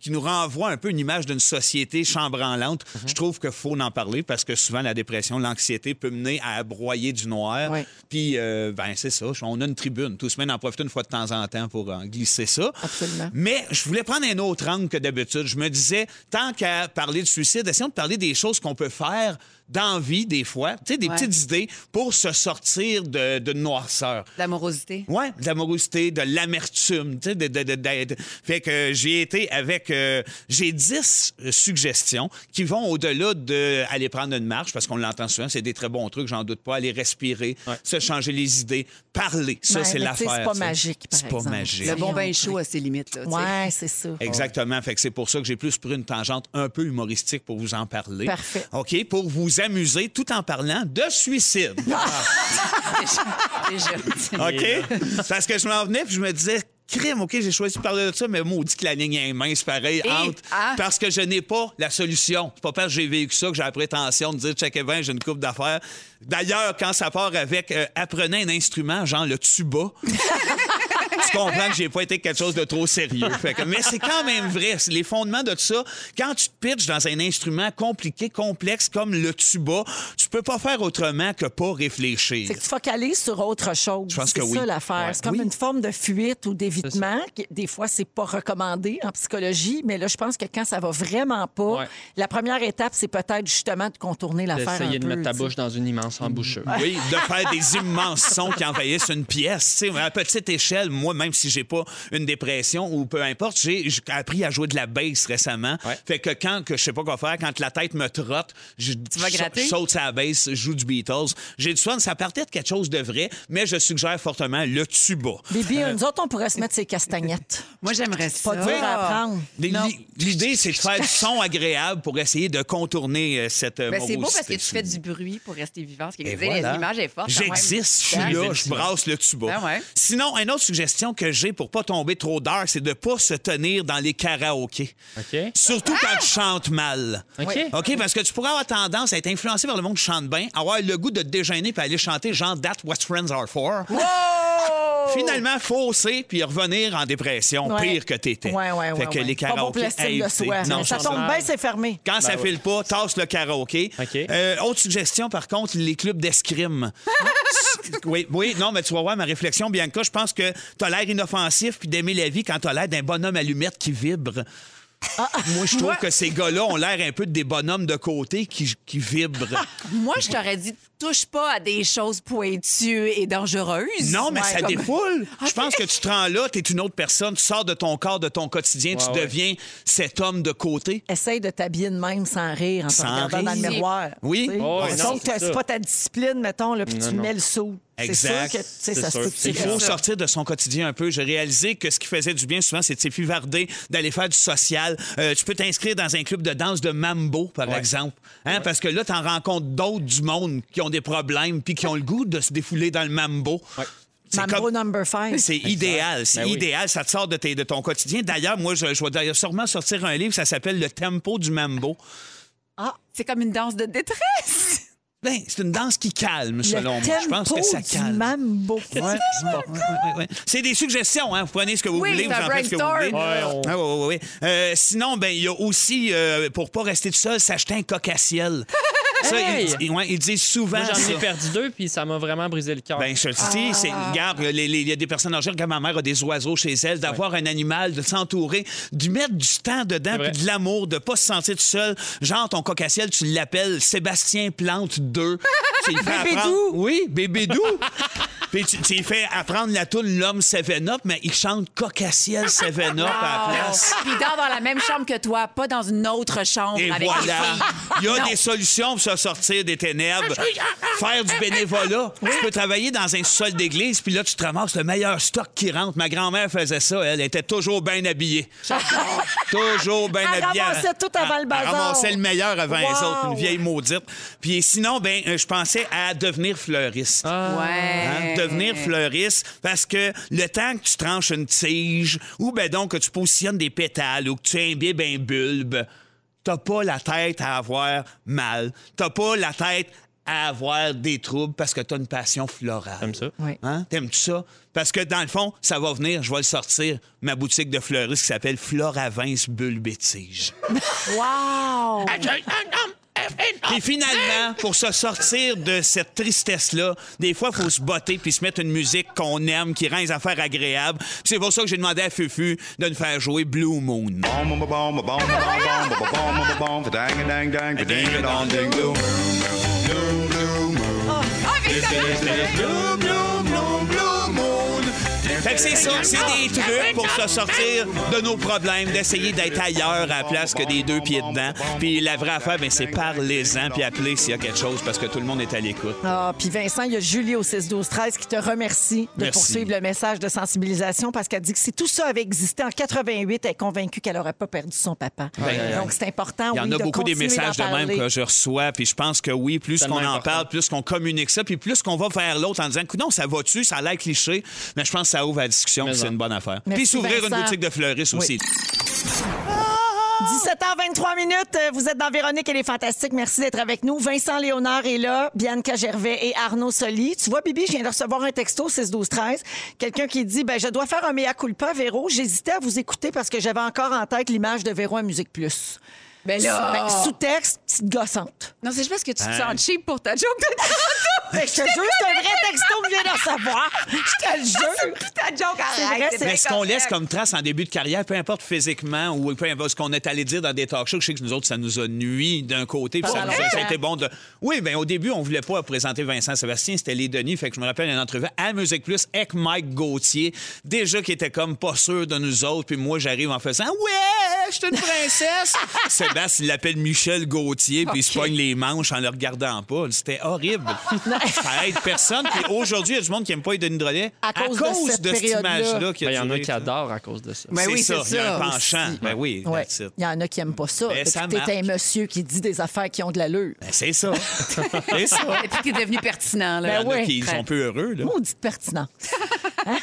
qui nous renvoient un peu une image d'une société chambranlante. Je trouve qu'il faut en parler parce que souvent la dépression, l'anxiété peut mener à broyer du noir.
Ouais.
Puis, euh, ben, c'est ça. On a une tribune. Tout semaine, en profite une fois de temps en temps pour en glisser ça.
Absolument.
Mais je voulais prendre un autre angle que d'habitude. Je me disais, tant qu'à parler de suicide, essayons de parler des choses qu'on peut faire d'envie, des fois. Tu sais, des petites idées pour se sortir de, de noirceur.
L'amorosité.
Ouais, de la morosité, de l'amertume, tu sais, de, de- de- de- de- fait que j'ai été avec euh, j'ai 10 suggestions qui vont au-delà de aller prendre une marche parce qu'on l'entend souvent, c'est des très bons trucs, j'en doute pas, aller respirer, se changer les idées, parler, ça
Ouais,
c'est
mais tu sais,
l'affaire.
c'est pas
tu sais.
magique, par
C'est pas
exemple.
magique.
Le bon bain chaud à ses limites. Là, tu sais.
Ouais, c'est ça.
Exactement. Fait que c'est pour ça que j'ai plus pris une tangente un peu humoristique pour vous en parler.
Parfait.
OK, pour vous amuser tout en parlant de suicide.
Déjà, déjà.
OK? Parce que je m'en venais puis je me disais, crime, OK, j'ai choisi de parler de ça, mais maudit que la ligne est mince, pareil, entre.
ah.
Parce que je n'ai pas la solution. C'est pas parce que j'ai vécu ça que j'ai la prétention de dire, check it bien, j'ai une coupe d'affaires. D'ailleurs, quand ça part avec, euh, apprenez un instrument, genre le tuba. tu comprends que j'ai pas été quelque chose de trop sérieux. Fait que- mais c'est quand même vrai. C'est Les fondements de tout ça, quand tu te pitches dans un instrument compliqué, complexe comme le tuba, tu peux pas faire autrement que pas réfléchir.
C'est que tu focalises sur autre chose.
Je pense
c'est
que oui.
ça l'affaire.
Ouais.
C'est comme
Oui.
une forme de fuite ou d'évitement. qui- Des fois, c'est pas recommandé en psychologie, mais là, je pense que quand ça va vraiment pas,
Ouais.
la première étape, c'est peut-être justement de contourner l'affaire.
D'essayer de
un peu,
mettre ta
tu sais.
bouche dans une immense embouchure.
Oui, de faire des immenses sons qui envahissent une pièce. Tu sais, à petite échelle, moi, même si j'ai pas une dépression ou peu importe, j'ai j'ai appris à jouer de la bass récemment.
Ouais.
Fait que quand que je sais pas quoi faire, quand la tête me trotte, je,
vas
je-
gratter?
je saute sur la bass, je joue du Beatles. J'ai du fun. Ça partait de quelque chose de vrai, mais je suggère fortement le tuba.
Bibi, nous autres, on pourrait se mettre ses castagnettes.
Moi, j'aimerais ça.
Pas dur à apprendre.
Les- li- L'idée, c'est de faire du son agréable pour essayer de contourner euh, cette euh,
Ben, c'est beau parce que
morosité.
tu fais du bruit pour rester vivant. Parce que
Et voilà.
l'image est forte. quand même.
J'existe, je
Ben,
suis là, je brasse le tuba.
Ben ouais.
Sinon, une autre suggestion que j'ai pour pas tomber trop d'heures, c'est de pas se tenir dans les karaokés.
OK?
Surtout
Ah!
quand tu chantes mal.
OK.
OK, parce que tu pourrais avoir tendance à être influencé par le monde qui chante bien, avoir le goût de te déjeuner puis aller chanter genre That's What Friends Are For. Finalement, fausser puis revenir en dépression,
Ouais.
pire que t'étais.
Ouais, ouais, ouais,
fait que
ouais.
les
Pas bon pour
karaokés,
le style
hey,
de
c'est-
soi.
non,
ça
je-
tombe bien, c'est fermé.
quand ça file pas, tasse le karaoké.
Ben OK.
Euh, autre suggestion, par contre, les clubs d'escrime. oui, oui, non, mais tu vas voir ma réflexion, Bianca. Je pense que t'as l'air inoffensif puis d'aimer la vie quand t'as l'air d'un bonhomme allumette qui vibre.
Ah.
Moi, je trouve que ces gars-là ont l'air un peu des bonhommes de côté qui, qui vibrent.
Moi, je t'aurais dit, touche pas à des choses pointues et dangereuses.
Non, mais
Ouais,
ça
comme- Ah,
défoule. Je pense que tu te rends là, tu es une autre personne, tu sors de ton corps, de ton quotidien, tu
Ouais, ouais.
deviens cet homme de côté.
Essaye de t'habiller de même sans rire en te
Sans
regardant dans le
rire.
miroir.
Oui.
Tu sais.
Oh,
Sauf
non,
que
c'est
c'est
ça.
pas ta discipline, mettons, là, puis tu
non.
mets le saut. C'est sûr
Exact.
que tu sais,
C'est
ça se
sûr.
peut que
C'est
tu
Il faut
fasses ça.
sortir de son quotidien un peu. J'ai réalisé que ce qui faisait du bien souvent, c'est de s'effivarder, d'aller faire du social. Euh, tu peux t'inscrire dans un club de danse de mambo, par exemple. Hein, Parce que là, tu en rencontres d'autres du monde qui ont ont des problèmes puis qui ont le goût de se défouler dans le mambo. C'est
Mambo number five.
C'est
Exact.
idéal, c'est
Ben oui.
idéal, ça te sort de, tes- de ton quotidien. D'ailleurs, moi, je, je vais d'ailleurs sûrement sortir un livre, ça s'appelle Le tempo du mambo.
Ah, c'est comme une danse de détresse.
Ben, c'est une danse qui calme, selon moi. Je pense que ça calme.
mambo.
Ouais, ouais, ouais, ouais. C'est des suggestions, hein. Vous prenez ce que vous
Oui,
voulez, vous
c'est
en
un
faites ce que vous voulez.
brainstorm, là. Ouais,
Ah, ouais, ouais, ouais. Euh, sinon, ben il y a aussi, euh, pour pas rester tout seul, s'acheter un coq à ciel. Ça,
Hey!
ils, ils- ouais, ils disent souvent.
Moi, j'en ai
ça.
perdu deux, puis ça m'a vraiment brisé le cœur.
Ben, je le
Ah.
dis, c'est, regarde, les- les- il y a des personnes âgées, regarde, ma mère a des oiseaux chez elle, d'avoir un animal, de s'entourer, d'y mettre du temps dedans, puis de l'amour, de pas se sentir tout seul. Genre, ton coq à ciel, tu l'appelles Sébastien Plante 2. Tu lui fais
Bébé
apprendre-
Doux.
Oui, bébé doux. Puis tu, tu lui fais apprendre la toune L'homme 7-Up, mais il chante coq à ciel 7-Up
Ah,
Ah.
à la place.
Puis il dort dans la même chambre que toi, pas dans une autre chambre
Et
avec
voilà.
les filles.
Il y a
Non.
des solutions pour se sortir des ténèbres.
Ah,
Faire du bénévolat. Tu peux travailler dans un sol d'église, puis là, tu te ramasses le meilleur stock qui rentre. Ma grand-mère faisait ça. Elle était toujours bien habillée. toujours bien
Elle
habillée.
ramassait tout avant le bazar.
Elle ramassait le meilleur avant les
Wow.
autres, une vieille maudite. Puis sinon, ben, euh, je pensais à devenir fleuriste.
Ah.
Ouais.
Hein, Devenir fleuriste, parce que le temps que tu tranches une tige, ou ben donc que tu positionnes des pétales, ou que tu imbibes un bulbe, t'as pas la tête à avoir mal. T'as pas la tête à avoir des troubles parce que t'as une passion florale. T'aimes ça? Hein? T'aimes-tu ça? Parce que dans le fond, ça va venir, je vais le sortir, ma boutique de fleuriste qui s'appelle Floravins Bulbe et Tige.
Wow!
Et finalement, pour se sortir de cette tristesse-là, des fois, il faut se botter puis se mettre une musique qu'on aime, qui rend les affaires agréables. Puis C'est pour ça que j'ai demandé à Fufu de nous faire jouer Blue Moon. Fait que c'est ça, c'est des trucs pour se sortir de nos problèmes, d'essayer d'être ailleurs à la place que des deux pieds dedans. Puis la vraie affaire, ben, c'est parlez-en puis appelez s'il y a quelque chose parce que tout le monde est à l'écoute.
Ah, puis Vincent, il y a Julie au 6-12-13 qui te remercie de
Merci.
poursuivre le message de sensibilisation parce qu'elle dit que si tout ça avait existé en 88, elle est convaincue qu'elle n'aurait pas perdu son papa.
Ben,
Donc, c'est important,
Il y en
Ah oui,
a
de
beaucoup des
continuer d'en
messages de même
parler.
que je reçois, puis je pense que oui, plus
Tellement
qu'on en
important.
parle, plus qu'on communique ça, puis plus qu'on va vers l'autre en disant, non, ça va-tu, ça a l'air cliché, mais je pense que ça ouvre la discussion, puis c'est une bonne affaire.
Merci,
puis s'ouvrir une
Vincent.
boutique de fleuristes
Oui.
aussi.
17h23 minutes, euh, vous êtes dans Véronique, elle est fantastique. Merci d'être avec nous. Vincent Léonard est là, Bianca Gervais et Arnaud Soli. Tu vois, Bibi, je viens de recevoir un texto 6-12-13. Quelqu'un qui dit ben, Je dois faire un mea culpa, Véro. J'hésitais à vous écouter parce que j'avais encore en tête l'image de Véro à Musique Plus.
Ben là!
Ben, Sous-texte, petite gossante.
Non, c'est juste parce que tu te
Hein.
Hey.
sens cheap pour ta joke de tantôt.
Ben, je te jure, c'est un vrai texto que je viens de recevoir. Je te le jure.
Puis Ah, ta joke,
C'est
arrête.
vrai,
Mais ce qu'on
correct.
laisse comme trace en début de carrière, peu importe physiquement ou peu importe ce qu'on est allé dire dans des talk shows, je sais que nous autres, ça nous a nuit d'un côté. puis
Pas
ça, nous a,
longtemps.
ça a été bon de. Oui, bien, au début, on voulait pas présenter Vincent Sébastien, c'était les Denis. Fait que je me rappelle une entrevue à Musique Plus avec Mike Gauthier, déjà qui était comme pas sûr de nous autres. Puis moi, j'arrive en faisant Ouais, je suis une princesse. Sébastien il l'appelle Michel Gauthier, puis il se pogne les manches en le regardant pas. C'était horrible. ça aide personne. Puis aujourd'hui, il y a du monde qui aime pas les Denis Drolet
À cause de cette
cette
période-là.
image-là qui
Ben,
a
Il y en a
duré,
qui
ça.
adorent à cause de ça.
Ben oui, c'est
Il y a un
ça
penchant.
aussi.
Ben oui,
Ouais.
that's it.
Il y en a qui n'aiment pas ça.
Ben, ça
Fait que T'es
marque.
un monsieur qui dit des affaires qui ont de l'allure.
Ben, c'est ça. c'est ça. Ben
Et puis t'es devenu pertinent,
Il y
là.
en a qui sont peu heureux. Là.
Maudite pertinence. Hein?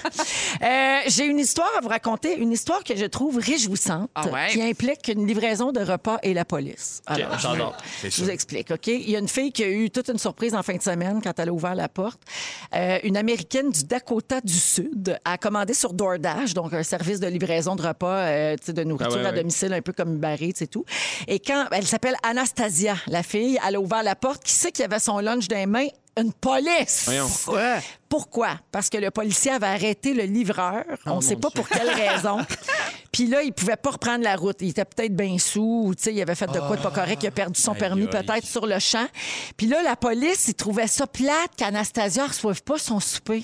Euh, J'ai une histoire à vous raconter, une histoire que je trouve réjouissante,
Ah ouais?
qui implique une livraison de repas et la police.
Ok,
je
j'adore.
vous-
C'est
Je
sûr.
vous explique, OK? Il y a une fille qui a eu toute une surprise en fin de semaine quand elle a ouvert la porte. Euh, une Américaine du Dakota du Sud a commandé sur DoorDash, donc un service de livraison de repas, euh, tu sais, de nourriture
Ah ouais,
à
ouais.
domicile, un peu comme Uber Eats et tout. Et quand elle s'appelle Anastasia, la fille, elle a ouvert la porte. Qui sait qu'il y avait son lunch dans les mains? Une police!
Voyons.
Pourquoi? Pourquoi? Parce que le policier avait arrêté le livreur. On
mon
ne sait pas pour quelle raison. Puis là, il pouvait pas reprendre la route. Il était peut-être bien sous, ou tu sais, il avait fait de quoi de pas correct, il a perdu son
Aïe,
permis
aïe.
peut-être sur le champ. Puis là, la police, il trouvait ça plate qu'Anastasia ne reçoive pas son souper.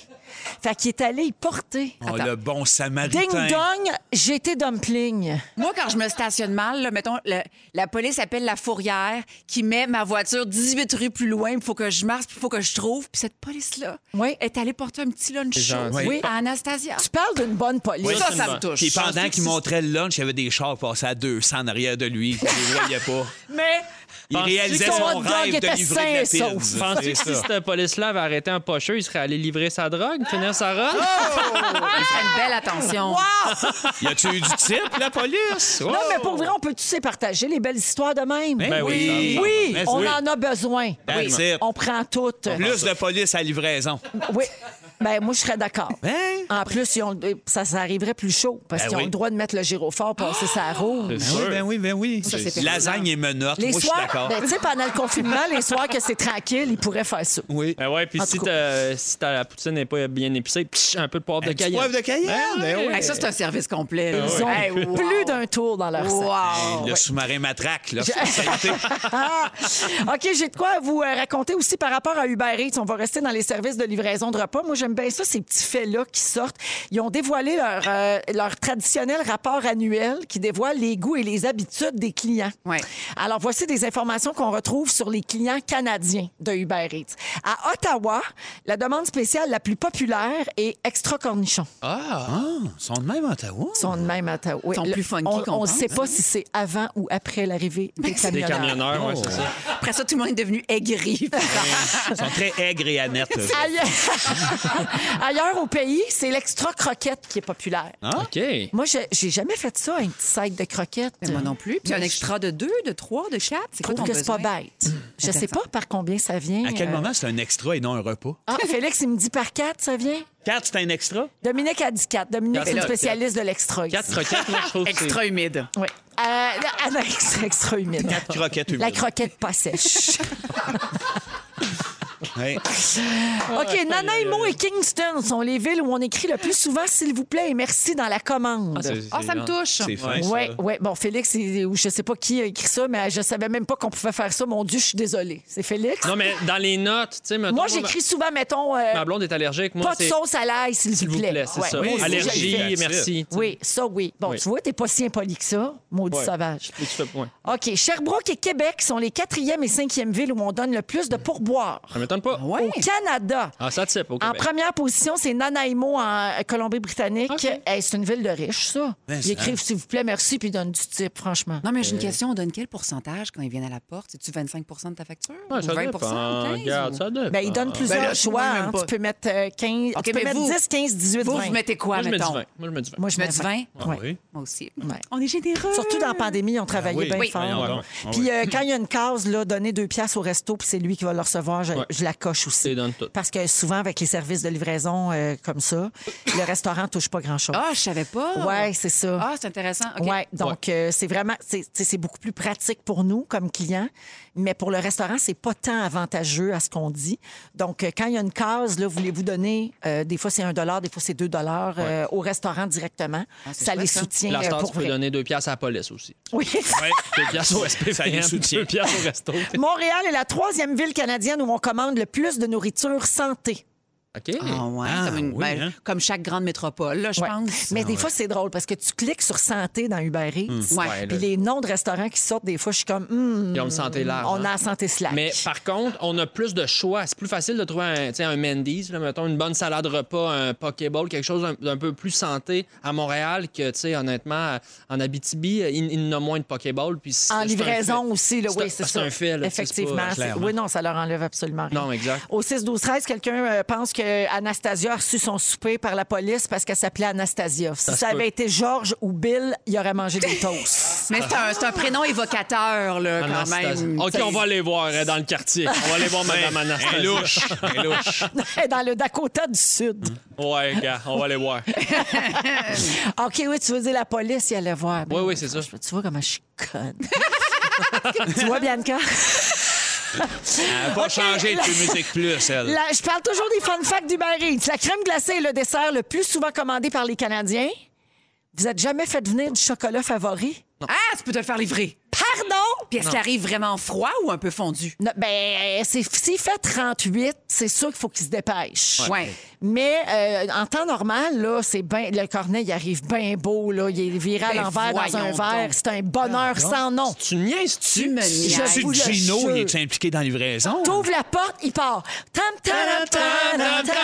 Fait qu'il est allé y porter.
Oh, le bon samaritain.
Ding dong, j'étais dumpling.
Moi, quand je me stationne mal, là, mettons, le- la police appelle la fourrière qui met ma voiture 18 rues plus loin. Il faut que je marche, il faut que je trouve. Puis cette police-là est allée porter un petit lunch
C'est
chaud
gentil.
oui, à Anastasia.
Tu parles d'une bonne police.
Oui,
ça,
c'est
ça
une
me touche.
Puis pendant
Je-
qu'il montrait le lunch, il y avait des chars passés à 200 en arrière de lui. Il ne les voyait pas.
Mais
Il
Penses-tu
réalisait
que son
son
hot dog
rêve
était
de livrer de la
sain,
pizza.
sauf? Penses-tu
C'est
que si
ça.
cette police-là avait arrêté un pocheux, il serait allé livrer sa drogue, finir sa robe?
une belle attention.
Y a-tu eu du type, la police?
Non, mais pour vrai, on peut-tu se partager les belles histoires de même?
Oh! Ben oui.
oui,
oui. Mais
on
oui.
en a besoin.
That's it.
On prend toutes.
Plus de police à livraison.
Oui. Ben, moi, je serais d'accord. En plus, ils ont le- ça, ça arriverait plus chaud parce
Ben
qu'ils ont
oui.
le droit de mettre le gyrophare, passer sa roue.
Ben oui, ben oui, ben oui.
Ça, c'est
Lasagne et menottes,
Les
moi, je suis
soirs,
d'accord.
ben, tu sais, pendant le confinement, les soirs que c'est tranquille, ils pourraient faire ça.
Oui.
Ben ouais, puis
En
si,
tout
t'as- si t'as- la poutine n'est pas bien épicée, psh, un peu de poivre de
petit
cayenne.
poivre de cayenne, ben oui.
Hey, ça, c'est un service complet. là.
Ils ont
Hey, wow.
plus d'un tour dans leur sac.
Wow.
Le sous-marin matraque, là. faut sauter.
Ah! OK, j'ai de quoi vous euh, raconter aussi par rapport à Uber Eats. On va rester dans les services de livraison de repas. Moi, j'aime bien ça, ces petits faits-là qui sortent. Ils ont dévoilé leur, euh, leur traditionnel rapport annuel qui dévoile les goûts et les habitudes des clients.
Ouais.
Alors, voici des informations qu'on retrouve sur les clients canadiens de Uber Eats. À Ottawa, la demande spéciale la plus populaire est extra cornichon.
Ah, ils sont de même à Ottawa.
Ils sont de même à Ottawa. Oui,
Sont
le-
plus funky qu'on
On ne
pense,
sait pas
hein? Ben,
si c'est avant ou après l'arrivée des
Des
camionneurs.
camionneurs, Ah
Oh.
ouais, c'est ça.
Après ça, tout le monde est devenu aigri.
Ils sont très aigres et anettes. là.
Ailleurs, Ailleurs au pays, c'est l'extra croquette qui est populaire.
Ah.
OK.
Moi, je- j'ai jamais fait ça, un petit sac de croquettes.
Mais moi non plus. Puis un extra de deux, de trois, de quatre. C'est
Je
quoi
trouve
ton
que c'est pas
besoin? Hmm,
bête. Je sais pas par combien ça vient.
À quel
euh.
moment c'est un extra et non un repas?
Ah, Félix, il me dit par quatre, ça vient?
Quatre, c'est un extra?
Dominique a dit quatre. Dominique,
Quatre,
c'est le
là,
spécialiste de l'extra. ici.
Quatre croquettes, moi, je trouve que c'est...
Extra humide.
Oui. Euh, là, Anaïs, extra humide.
Croquette humaine.
La croquette pas sèche.
Ouais.
OK, Nanaimo et Kingston sont les villes où on écrit le plus souvent s'il vous plaît et merci dans la commande.
Ah, ça me touche.
C'est fin, ça.
Oui, oui. Bon, Félix, il- ou je sais pas qui a écrit ça, mais je savais même pas qu'on pouvait faire ça. Mon Dieu, je suis désolée. C'est Félix.
Non, mais dans les notes, tu sais, mettons,
moi, j'écris souvent, mettons, euh,
Ma blonde est allergique. Moi,
pas de
c'est-
sauce à l'ail, s'il
S'il
vous plaît.
c'est
Ouais,
ça.
moi aussi,
Allergie,
je le fais.
merci. tu sais.
Oui, ça, oui. Bon,
Oui.
tu vois, t'es pas si impoli que ça, maudit
Ouais.
sauvage.
Et tu fais- ouais.
OK, Sherbrooke et Québec sont les quatrième et cinquième villes où on donne le plus de pourboires.
Ça m'étonne
Ah
pas.
Au Canada,
Ah, ça type, OK.
en première position, c'est Nanaimo en euh, Colombie-Britannique.
OK.
Hey, c'est une ville de riches, ça.
Ben,
Ils
ça.
écrivent, s'il vous plaît, merci, puis donnent du type, franchement.
Non, mais
euh,
j'ai une question. On donne quel pourcentage quand ils viennent à la porte? C'est-tu 25 de ta facture?
Ouais,
Ou
ça
20
dépend.
15, ou-
Regarde, ça dépend.
Ben, il donne plusieurs
là,
choix.
même
hein.
pas.
Tu peux mettre, euh, 15,
OK,
tu peux
mais
mettre
vous-
10, 15, 18,
Vous,
20.
vous mettez quoi,
Moi, je me dis
mettons?
20. Moi, je me dis 20.
Moi, je
Je
mets
me dis
20.
20?
Ah oui.
Moi aussi.
Ouais.
On est généreux.
Surtout dans la pandémie, on travaillait
Ah oui,
bien
oui.
fort.
Voyons donc. Ah
Puis
oui.
euh, quand il y a une case, là, donner deux piastres au resto, puis c'est lui qui va le recevoir, je,
Ouais.
je la coche aussi.
C'est donne tout.
Parce que souvent, avec les services de livraison euh, comme ça, le restaurant touche pas grand-chose.
Ah, je savais
Oh!
pas.
Ouais, c'est ça.
Ah, c'est intéressant. OK.
Ouais, donc euh, c'est vraiment, c'est c'est- c'est beaucoup plus pratique pour nous comme clients, mais pour le restaurant, c'est pas tant avantageux à ce qu'on dit. Donc, euh, quand il y a une case, là, voulez-vous donner, euh, des fois c'est un dollar, des fois c'est 2 dollars euh, au restaurant directement.
Ah,
c'est
ça les
chouette, ça.
soutient
hein? La
euh,
star,
pour
tu peux
vrai.
donner deux piastres à la police aussi.
Oui.
Deux piastres au SPVM,
Euh, Ça les soutient.
Deux piastres au resto.
Montréal est la troisième ville canadienne où on commande le plus de nourriture santé.
OK.
Ah, ouais.
Ah,
comme, une-
oui,
ben,
hein.
comme chaque grande métropole, là, je
Ouais.
Ah
pense.
Mais des fois, c'est drôle parce que tu cliques sur santé dans Uber Eats.
Ouais.
Hmm. Ouais,
Puis
là.
les noms de restaurants qui sortent, des fois, je suis comme, hmm,
Ils ont le santé large,
On a
hein.
la santé slack.
Mais par contre, on a plus de choix. C'est plus facile de trouver un, tu sais, un Mendy's, là, mettons, une bonne salade repas, un Pokéball, quelque chose d'un- d'un peu plus santé à Montréal que, tu sais, honnêtement, en Abitibi, il, il n'a moins de Pokéball. Puis c'est-
En
c'est un
livraison
fait.
aussi, là,
C'est
oui,
un-
c'est ça.
c'est un fait, là, tu sais, c'est
Effectivement.
pas-
c'est-
clairement.
oui, non, ça leur enlève absolument rien.
Non, exact.
Au 6-12-13, quelqu'un euh, pense que Anastasia a reçu son souper par la police parce qu'elle s'appelait Anastasia. Si ça,
se peut.
avait été Georges ou Bill, il aurait mangé des toasts.
Mais c'est un, c'est un prénom évocateur, là, quand
Anastasie.
même.
OK, on va aller voir hein, dans le quartier. On va aller voir Madame
Un
Anastasie.
louche. Un louche.
Dans le Dakota du Sud.
Mm. Ouais, gars, on va aller voir.
OK, oui, tu veux dire la police, il allait voir. Ben,
Oui, oui, c'est ça.
je- Tu vois comment je suis conne. tu vois, Bianca?
Elle va
Ok,
changer de
la-
musique plus, elle.
La- je parle toujours des fun facts d'Uber Eats. La crème glacée est le dessert le plus souvent commandé par les Canadiens. Vous n'êtes jamais fait venir du chocolat favori?
Ah, tu peux te le faire livrer.
Pardon?
Puis est-ce qu'il arrive vraiment froid ou un peu fondu?
Non, ben, euh, c'est- s'il fait 38, c'est sûr qu'il faut qu'il se dépêche.
Ouais. Ouais.
Mais euh, en temps normal, là, c'est ben, le cornet, il arrive bien beau. Là, il est viré à
Ben,
l'envers dans un
voyons
verre.
donc.
C'est un bonheur
Ah,
sans nom.
Tu niaises-tu?
Tu me
Je
niaises.
suis- vous le
C'est Gino,
jure.
il est impliqué dans la livraison?
T'ouvres la porte, il part. Tam, tam, tam, tam, tam, tam,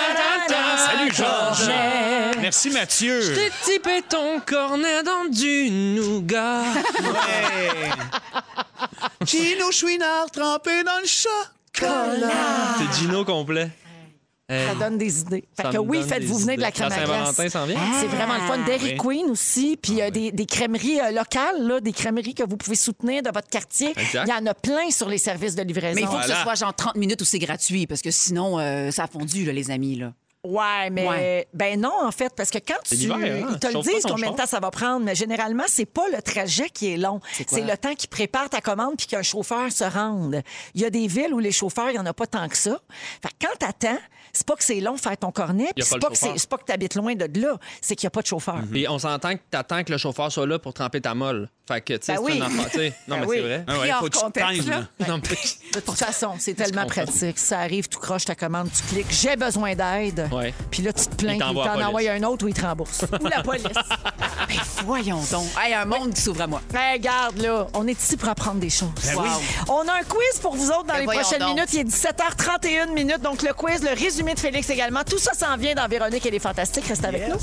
tam,
Salut, Georges.
cornet.
Merci, Mathieu.
Je t'ai typé ton cornet dans du nougat.
Ouais. Gino Chouinard trempé dans le chocolat.
C'est Gino complet.
Ça
Hey.
donne des idées. Fait
Ça
que
me
oui,
donne
faites-vous
des
venir de la
idées.
crème
La
à glace. Ah.
Saint-Valentin s'en vient. Ah
C'est vraiment le
Ah.
fun. Dairy
Oui.
Queen aussi, puis euh, des, des crèmeries euh, locales, là, des crèmeries que vous pouvez soutenir de votre quartier.
Exact.
Il y en a plein sur les services de livraison.
Mais il faut que
Voilà.
ce soit genre 30 minutes où c'est gratuit, parce que sinon, euh, ça a fondu, là, les amis. Là.
Ouais, mais
Ouais.
ben non en fait parce que quand tu
l'hiver, hein?
ils te le
Chauffe pas
disent
ton
combien de
char.
temps ça va prendre, mais généralement c'est pas le trajet qui est long,
quoi?
c'est le temps qu'ils préparent ta commande puis qu'un chauffeur se rende. Il y a des villes où les chauffeurs, il y en a pas tant que ça. Fait que quand t'attends, c'est pas que c'est long faire ton cornet,
Il y
puis
a
c'est
pas
pas
le
que c'est
chauffeur.
c'est pas que t'habites loin de là, c'est qu'il y a pas de chauffeur.
Puis on s'entend que t'attends que le chauffeur soit là pour tremper ta molle. Fait que, tu sais,
Ben
c'est
oui.
une affaire, tu sais. Non,
Ben
mais
oui.
c'est vrai.
Ah ouais,
Pris hors
faut que tu te
contexte,
times,
là.
là.
Non, mais-
De toute façon, c'est tellement
comprends.
pratique. Ça arrive, tu croches ta commande, tu cliques, j'ai besoin d'aide.
Ouais.
Puis là, tu te plains,
Il
puis
t'envoie
il
la
t'en
police.
envoie un autre ou il te rembourse. ou la police.
Mais voyons donc. Hey, un monde qui s'ouvre à moi.
Mais regarde, là, on est ici pour apprendre des choses.
Ben
On a un quiz pour vous autres dans
Ben
les
voyons
prochaines
donc.
minutes. Il est 17h31 minutes. Donc, le quiz, le résumé de Félix également. Tout ça s'en vient dans Véronique et les Fantastiques. Reste avec nous.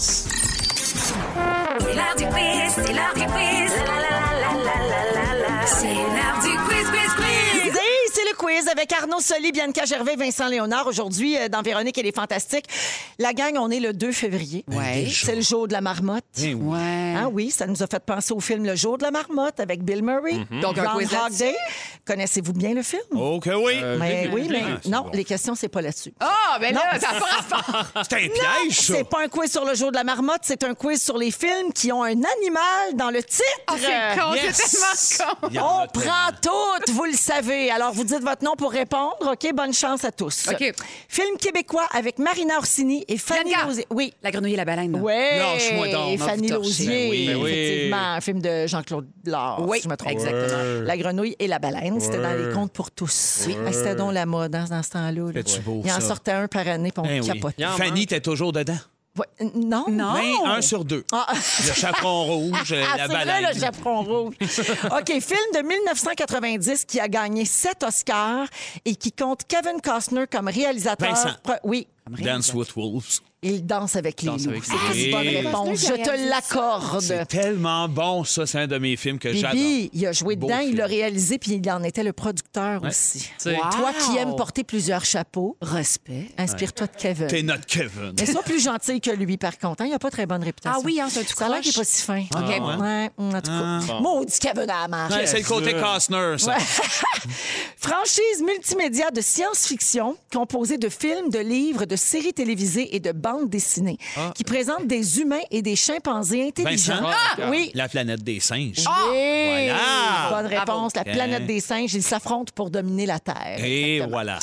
C'est l'heure du quiz, c'est l'heure du quiz. La, la, la, la, la, la, la, la. C'est l'heure du quiz, quiz, quiz.
Hey, c'est le quiz avec Arnaud Soli, Bianca Gervais, Vincent Léonard. Aujourd'hui, euh, dans Véronique et les Fantastiques, la gang, on est le 2 février.
Ouais.
C'est le jour de la marmotte.
Ouais.
Ah oui, ça nous a fait penser au film Le jour de la marmotte avec Bill Murray.
Donc, un quiz
Groundhog
là-dessus?
Day. Connaissez-vous bien le film?
OK, Oh, oui.
Euh,
Mais
j'ai vu,
oui,
j'ai
mais
vu.
non, les questions, c'est pas là-dessus.
Ah, ben
Non.
là, ça a pas rapport.
C'est un piège, Ah, ça.
C'est pas un quiz sur le jour de la marmotte, c'est un quiz sur les films qui ont un animal dans le titre.
Ah, c'est con,
Yes.
c'est tellement con.
Il y en
On
a tellement.
prend toutes, vous le savez. Alors, vous dites votre nom pour répondre. OK, bonne chance à tous.
OK.
Film québécois avec Marina Orsini et Fanny
Bianca.
Lausier. Oui.
La grenouille et la baleine.
Ouais.
Lâche-moi donc,
on va
Fanny
vous torcher.
Lausier,
Ben oui, ben
oui.
effectivement, un film de Jean-Claude Laure,
Oui,
Ah, si je me trompe.
exactement.
La grenouille et la baleine, c'était dans les comptes pour tous. Ah, c'était donc la mode hein, dans ce temps-là. là.
C'était-tu beau,
Il en
ça?
sortait un par année, pour on
Ben oui.
capote.
Il y en
Fanny,
manque.
t'es toujours dedans.
Non.
Non.
Ben, un sur deux.
Ah.
Le chaperon rouge, euh,
Ah,
la
c'est vrai, le
baleine.
chaperon rouge. OK, film de 1990 qui a gagné sept Oscars et qui compte Kevin Costner comme réalisateur.
Vincent.
Pre- Oui,
Dance with Wolves.
il danse avec les
Danse
loups.
avec
C'est
les
une
loups.
bonne
Kevin
réponse. Je
Costner qui a
te
réalisé
l'accorde.
C'est tellement bon, ça. C'est un de mes films que j'adore.
Bibi, il a joué
Beau
dedans, il
film.
l'a réalisé, puis il en était le producteur aussi.
sais.
Toi qui
Wow.
aimes porter plusieurs chapeaux,
Respect.
inspire-toi de
T'es
Kevin.
notre Kevin.
Mais sois plus gentil que lui, par contre. hein, il a pas très bonne réputation.
Ah oui, hein, c'est un tout
Ça a l'air
croche.
qu'il est pas si fin.
Ah, ouais.
Ouais, mm, en tout cas. Maudit Kevin à la marche.
Ah. Ouais, c'est le côté Costner, ça.
Franchise multimédia de science-fiction composée de films, de livres, de séries télévisées et de bandes dessinées qui présente des humains et des chimpanzés intelligents.
Ah. Vincent?
Ah, oui.
La planète des singes.
Ah, Oui.
Voilà.
Bonne réponse. La
Bien.
planète des singes, ils s'affrontent pour dominer la Terre.
Et
Exactement.
voilà.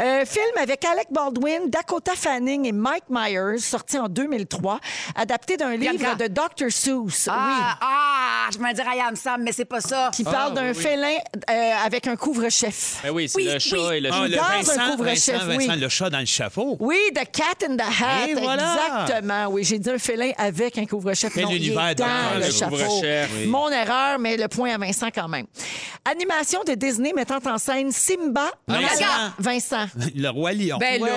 Euh, film avec Alec Baldwin, Dakota Fanning et Mike Myers, sorti en 2003, adapté d'un livre de Dr. Seuss. Oui.
Ah, ah, je me dirais I am Sam, mais c'est pas ça.
qui parle d'un félin euh, avec un couvre-chef.
Ben oui, c'est
Oui,
le chat
oui.
et le
Ah,
chat.
le
Dans un
Vincent,
couvre-chef,
Vincent,
oui.
Vincent, le chat dans le chapeau.
Oui, The Cat in the Hat.
Et voilà.
Exactement. Oui, j'ai dit un félin avec un couvre-chef.
Mais
Non, il est
l'univers
dans
dans
le,
le
chapeau.
couvre-chef, oui.
Mon erreur, mais le point à Vincent quand même. Animation de Disney mettant en scène Simba.
Vincent.
Vincent.
Le roi lion.
Ben là,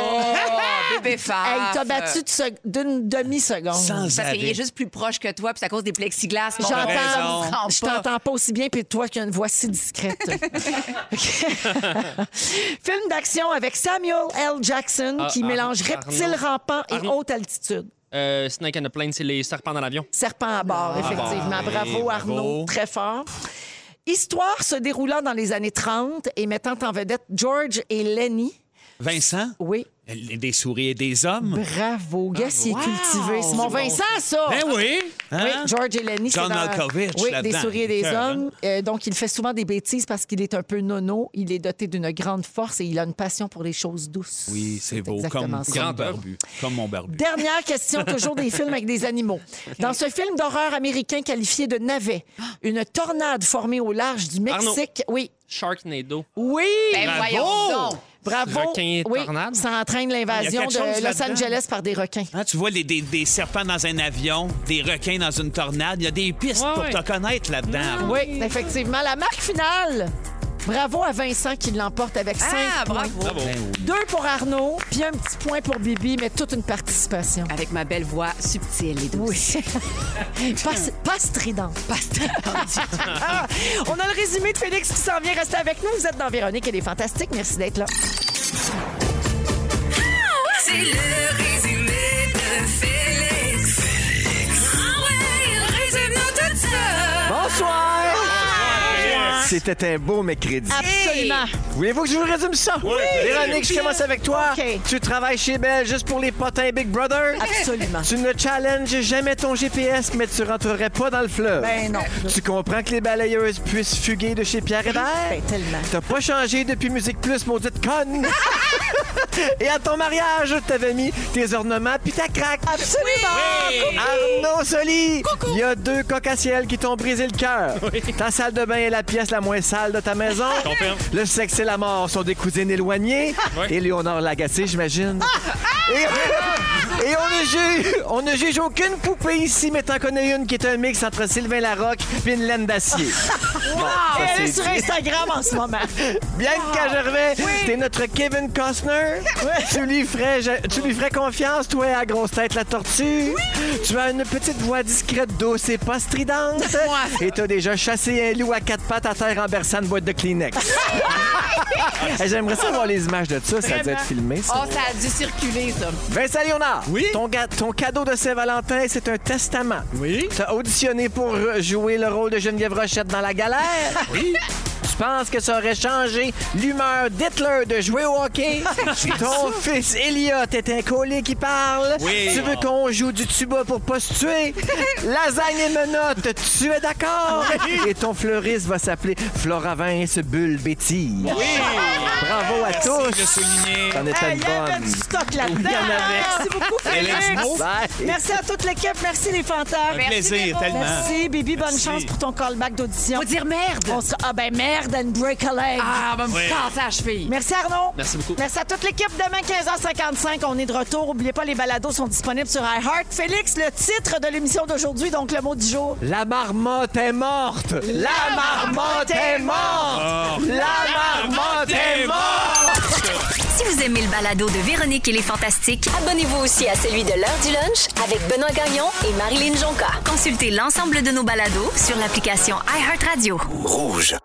bébé femme.
Hey, t'as battu de sec- d'une demi-seconde.
Sans
Parce qu'il
arrêt.
est juste plus proche que toi, puis c'est à cause des plexiglas. Bon,
J'entends-
ben, on se rend
Je
pas.
t'entends pas aussi bien, puis toi qui as une voix si discrète. OK. Film d'action avec Samuel L. Jackson
Ah,
qui
Ar-
mélange
Arnaud.
reptiles rampants et
Arnaud.
haute altitude.
Euh, Snake and the Plane, c'est les serpents dans l'avion. Ah, Eh,
Serpent à bord, effectivement.
bon,
bravo,
oui, bravo.
Arnaud. Très fort. Histoire se déroulant dans les années 30 et mettant en vedette George et Lenny.
Vincent,
Oui,
les- des souris et des hommes.
bravo.
Ah,
Yes, il est cultivé. C'est mon Vincent, ça!
Ben oui.
Oui,
hein?
George et Lenny,
John
c'est dans-
Malkovich,
oui, des
là-dedans.
souris et des
Écoeur,
hommes. Euh, donc, il fait souvent des bêtises parce qu'il est un peu nono. Il est doté d'une grande force et il a une passion pour les choses douces.
Oui, c'est beau.
exactement
Comme,
ça.
comme
Grand œuvre.
barbu. Comme mon barbu.
Dernière question, toujours des films avec des animaux. Dans ce film d'horreur américain qualifié de navet, une tornade formée au large du
Arnaud.
Mexique. Oui.
Sharknado.
Oui!
Ben voyons donc.
Bravo!
Requins et
oui,
tornades.
ça entraîne
Il y a
l'invasion
quelque chose
de Los
là-dedans.
Angeles par des requins.
Hein, tu vois les- des, des serpents dans un avion, des requins dans une tornade. Il y a des pistes
Ouais,
pour
ouais.
te connaître là-dedans.
Oui, effectivement. La marque finale, Bravo à Vincent qui l'emporte avec 5 points.
Ah, bravo. Bravo.
Deux pour Arnaud, puis un petit point pour Bibi, mais toute une participation.
Avec ma belle voix subtile et douce.
Oui. pas, pas stridente. Pas Ah, on a le résumé de Félix qui s'en vient. Restez avec nous. Vous êtes dans Véronique. Elle est fantastique. Merci d'être là.
C'est le résumé de Félix. Félix. Ah ouais, résume-nous tout ça.
Bonsoir. C'était un beau mercredi.
Absolument.
Voulez-vous que je vous résume ça?
Oui.
Véronique, je
Bien.
commence avec toi.
OK.
Tu travailles chez Belle juste pour les potins Big Brother.
Absolument.
Tu ne challenges jamais ton GPS, mais tu rentrerais pas dans le fleuve.
Ben non.
Tu comprends que les balayeuses puissent fuguer de chez Pierre Hébert?
Ben tellement.
T'as pas changé depuis Musique Plus, maudite conne! Et à ton mariage, t'avais mis tes ornements puis ta craque!
Ah Absolument.
Arnaud Soli! Il y a deux coques à ciel qui t'ont brisé le cœur. Ta salle de bain est la pièce la moins sale de ta maison.
Confirme.
Le sexe et la mort sont des cousines éloignées.
Ouais.
Et Léonard Lagacé, j'imagine. Et, et on, ne juge, on ne juge aucune poupée ici, mais t'en connais une qui est un mix entre Sylvain Larocque et une laine d'acier. Bon, ça,
Elle est
c'est
sur
dit.
Instagram en ce moment.
Bianca Gervais, t'es notre Kevin Costner. Tu, lui ferais, je- tu lui ferais confiance, toi, à grosse tête la tortue. Tu as une petite voix discrète, douce et pas stridente. Et t'as déjà chassé un loup à quatre pattes à terre en berçant une boîte de Kleenex. Et J'aimerais savoir les images de ça, ça a dû être filmé. Ça.
Oh, ça a dû circuler, ça.
Vincent Léonard, ton, ga- ton cadeau de Saint-Valentin, c'est un testament.
Oui.
T'as auditionné pour euh, jouer le rôle de Geneviève Rochette dans La Galère. Oui. Tu penses que ça aurait changé l'humeur d'Hitler de jouer au hockey? Ton fils Elliot est un collier qui parle.
Oui.
Tu veux qu'on joue du tuba pour pas se tuer? Lasagne et menottes, tu es d'accord? Et ton fleuriste va s'appeler Floravins Bulle Bétille. Bravo à
Merci
tous.
de le souligner.
T'en es
Hey, Il
une
y avait du
bonne.
stock là-dedans.
Il y en avait.
Merci beaucoup,
Elle a du
Félix.
mot.
Bye.
Merci à toute l'équipe. Merci, les
Un
fantasmes.
plaisir, tellement.
Merci, Bibi. Bonne
Merci.
chance pour ton callback d'audition.
Faut dire merde.
On sera- Ah, ben merde, and break a leg.
Ah, on va me
Ouais.
casser la cheville.
Merci Arnaud.
Merci beaucoup.
Merci à toute l'équipe. Demain, 15h55, on est de retour. N'oubliez pas, les balados sont disponibles sur iHeart. Félix, le titre de l'émission d'aujourd'hui, donc le mot du jour.
La marmotte est morte! La marmotte est morte! La marmotte est morte!
Si vous aimez le balado de Véronique et les Fantastiques, abonnez-vous aussi à celui de l'heure du lunch avec Benoît Gagnon et Marilyn Jonca. Consultez l'ensemble de nos balados sur l'application iHeartRadio.
Rouge.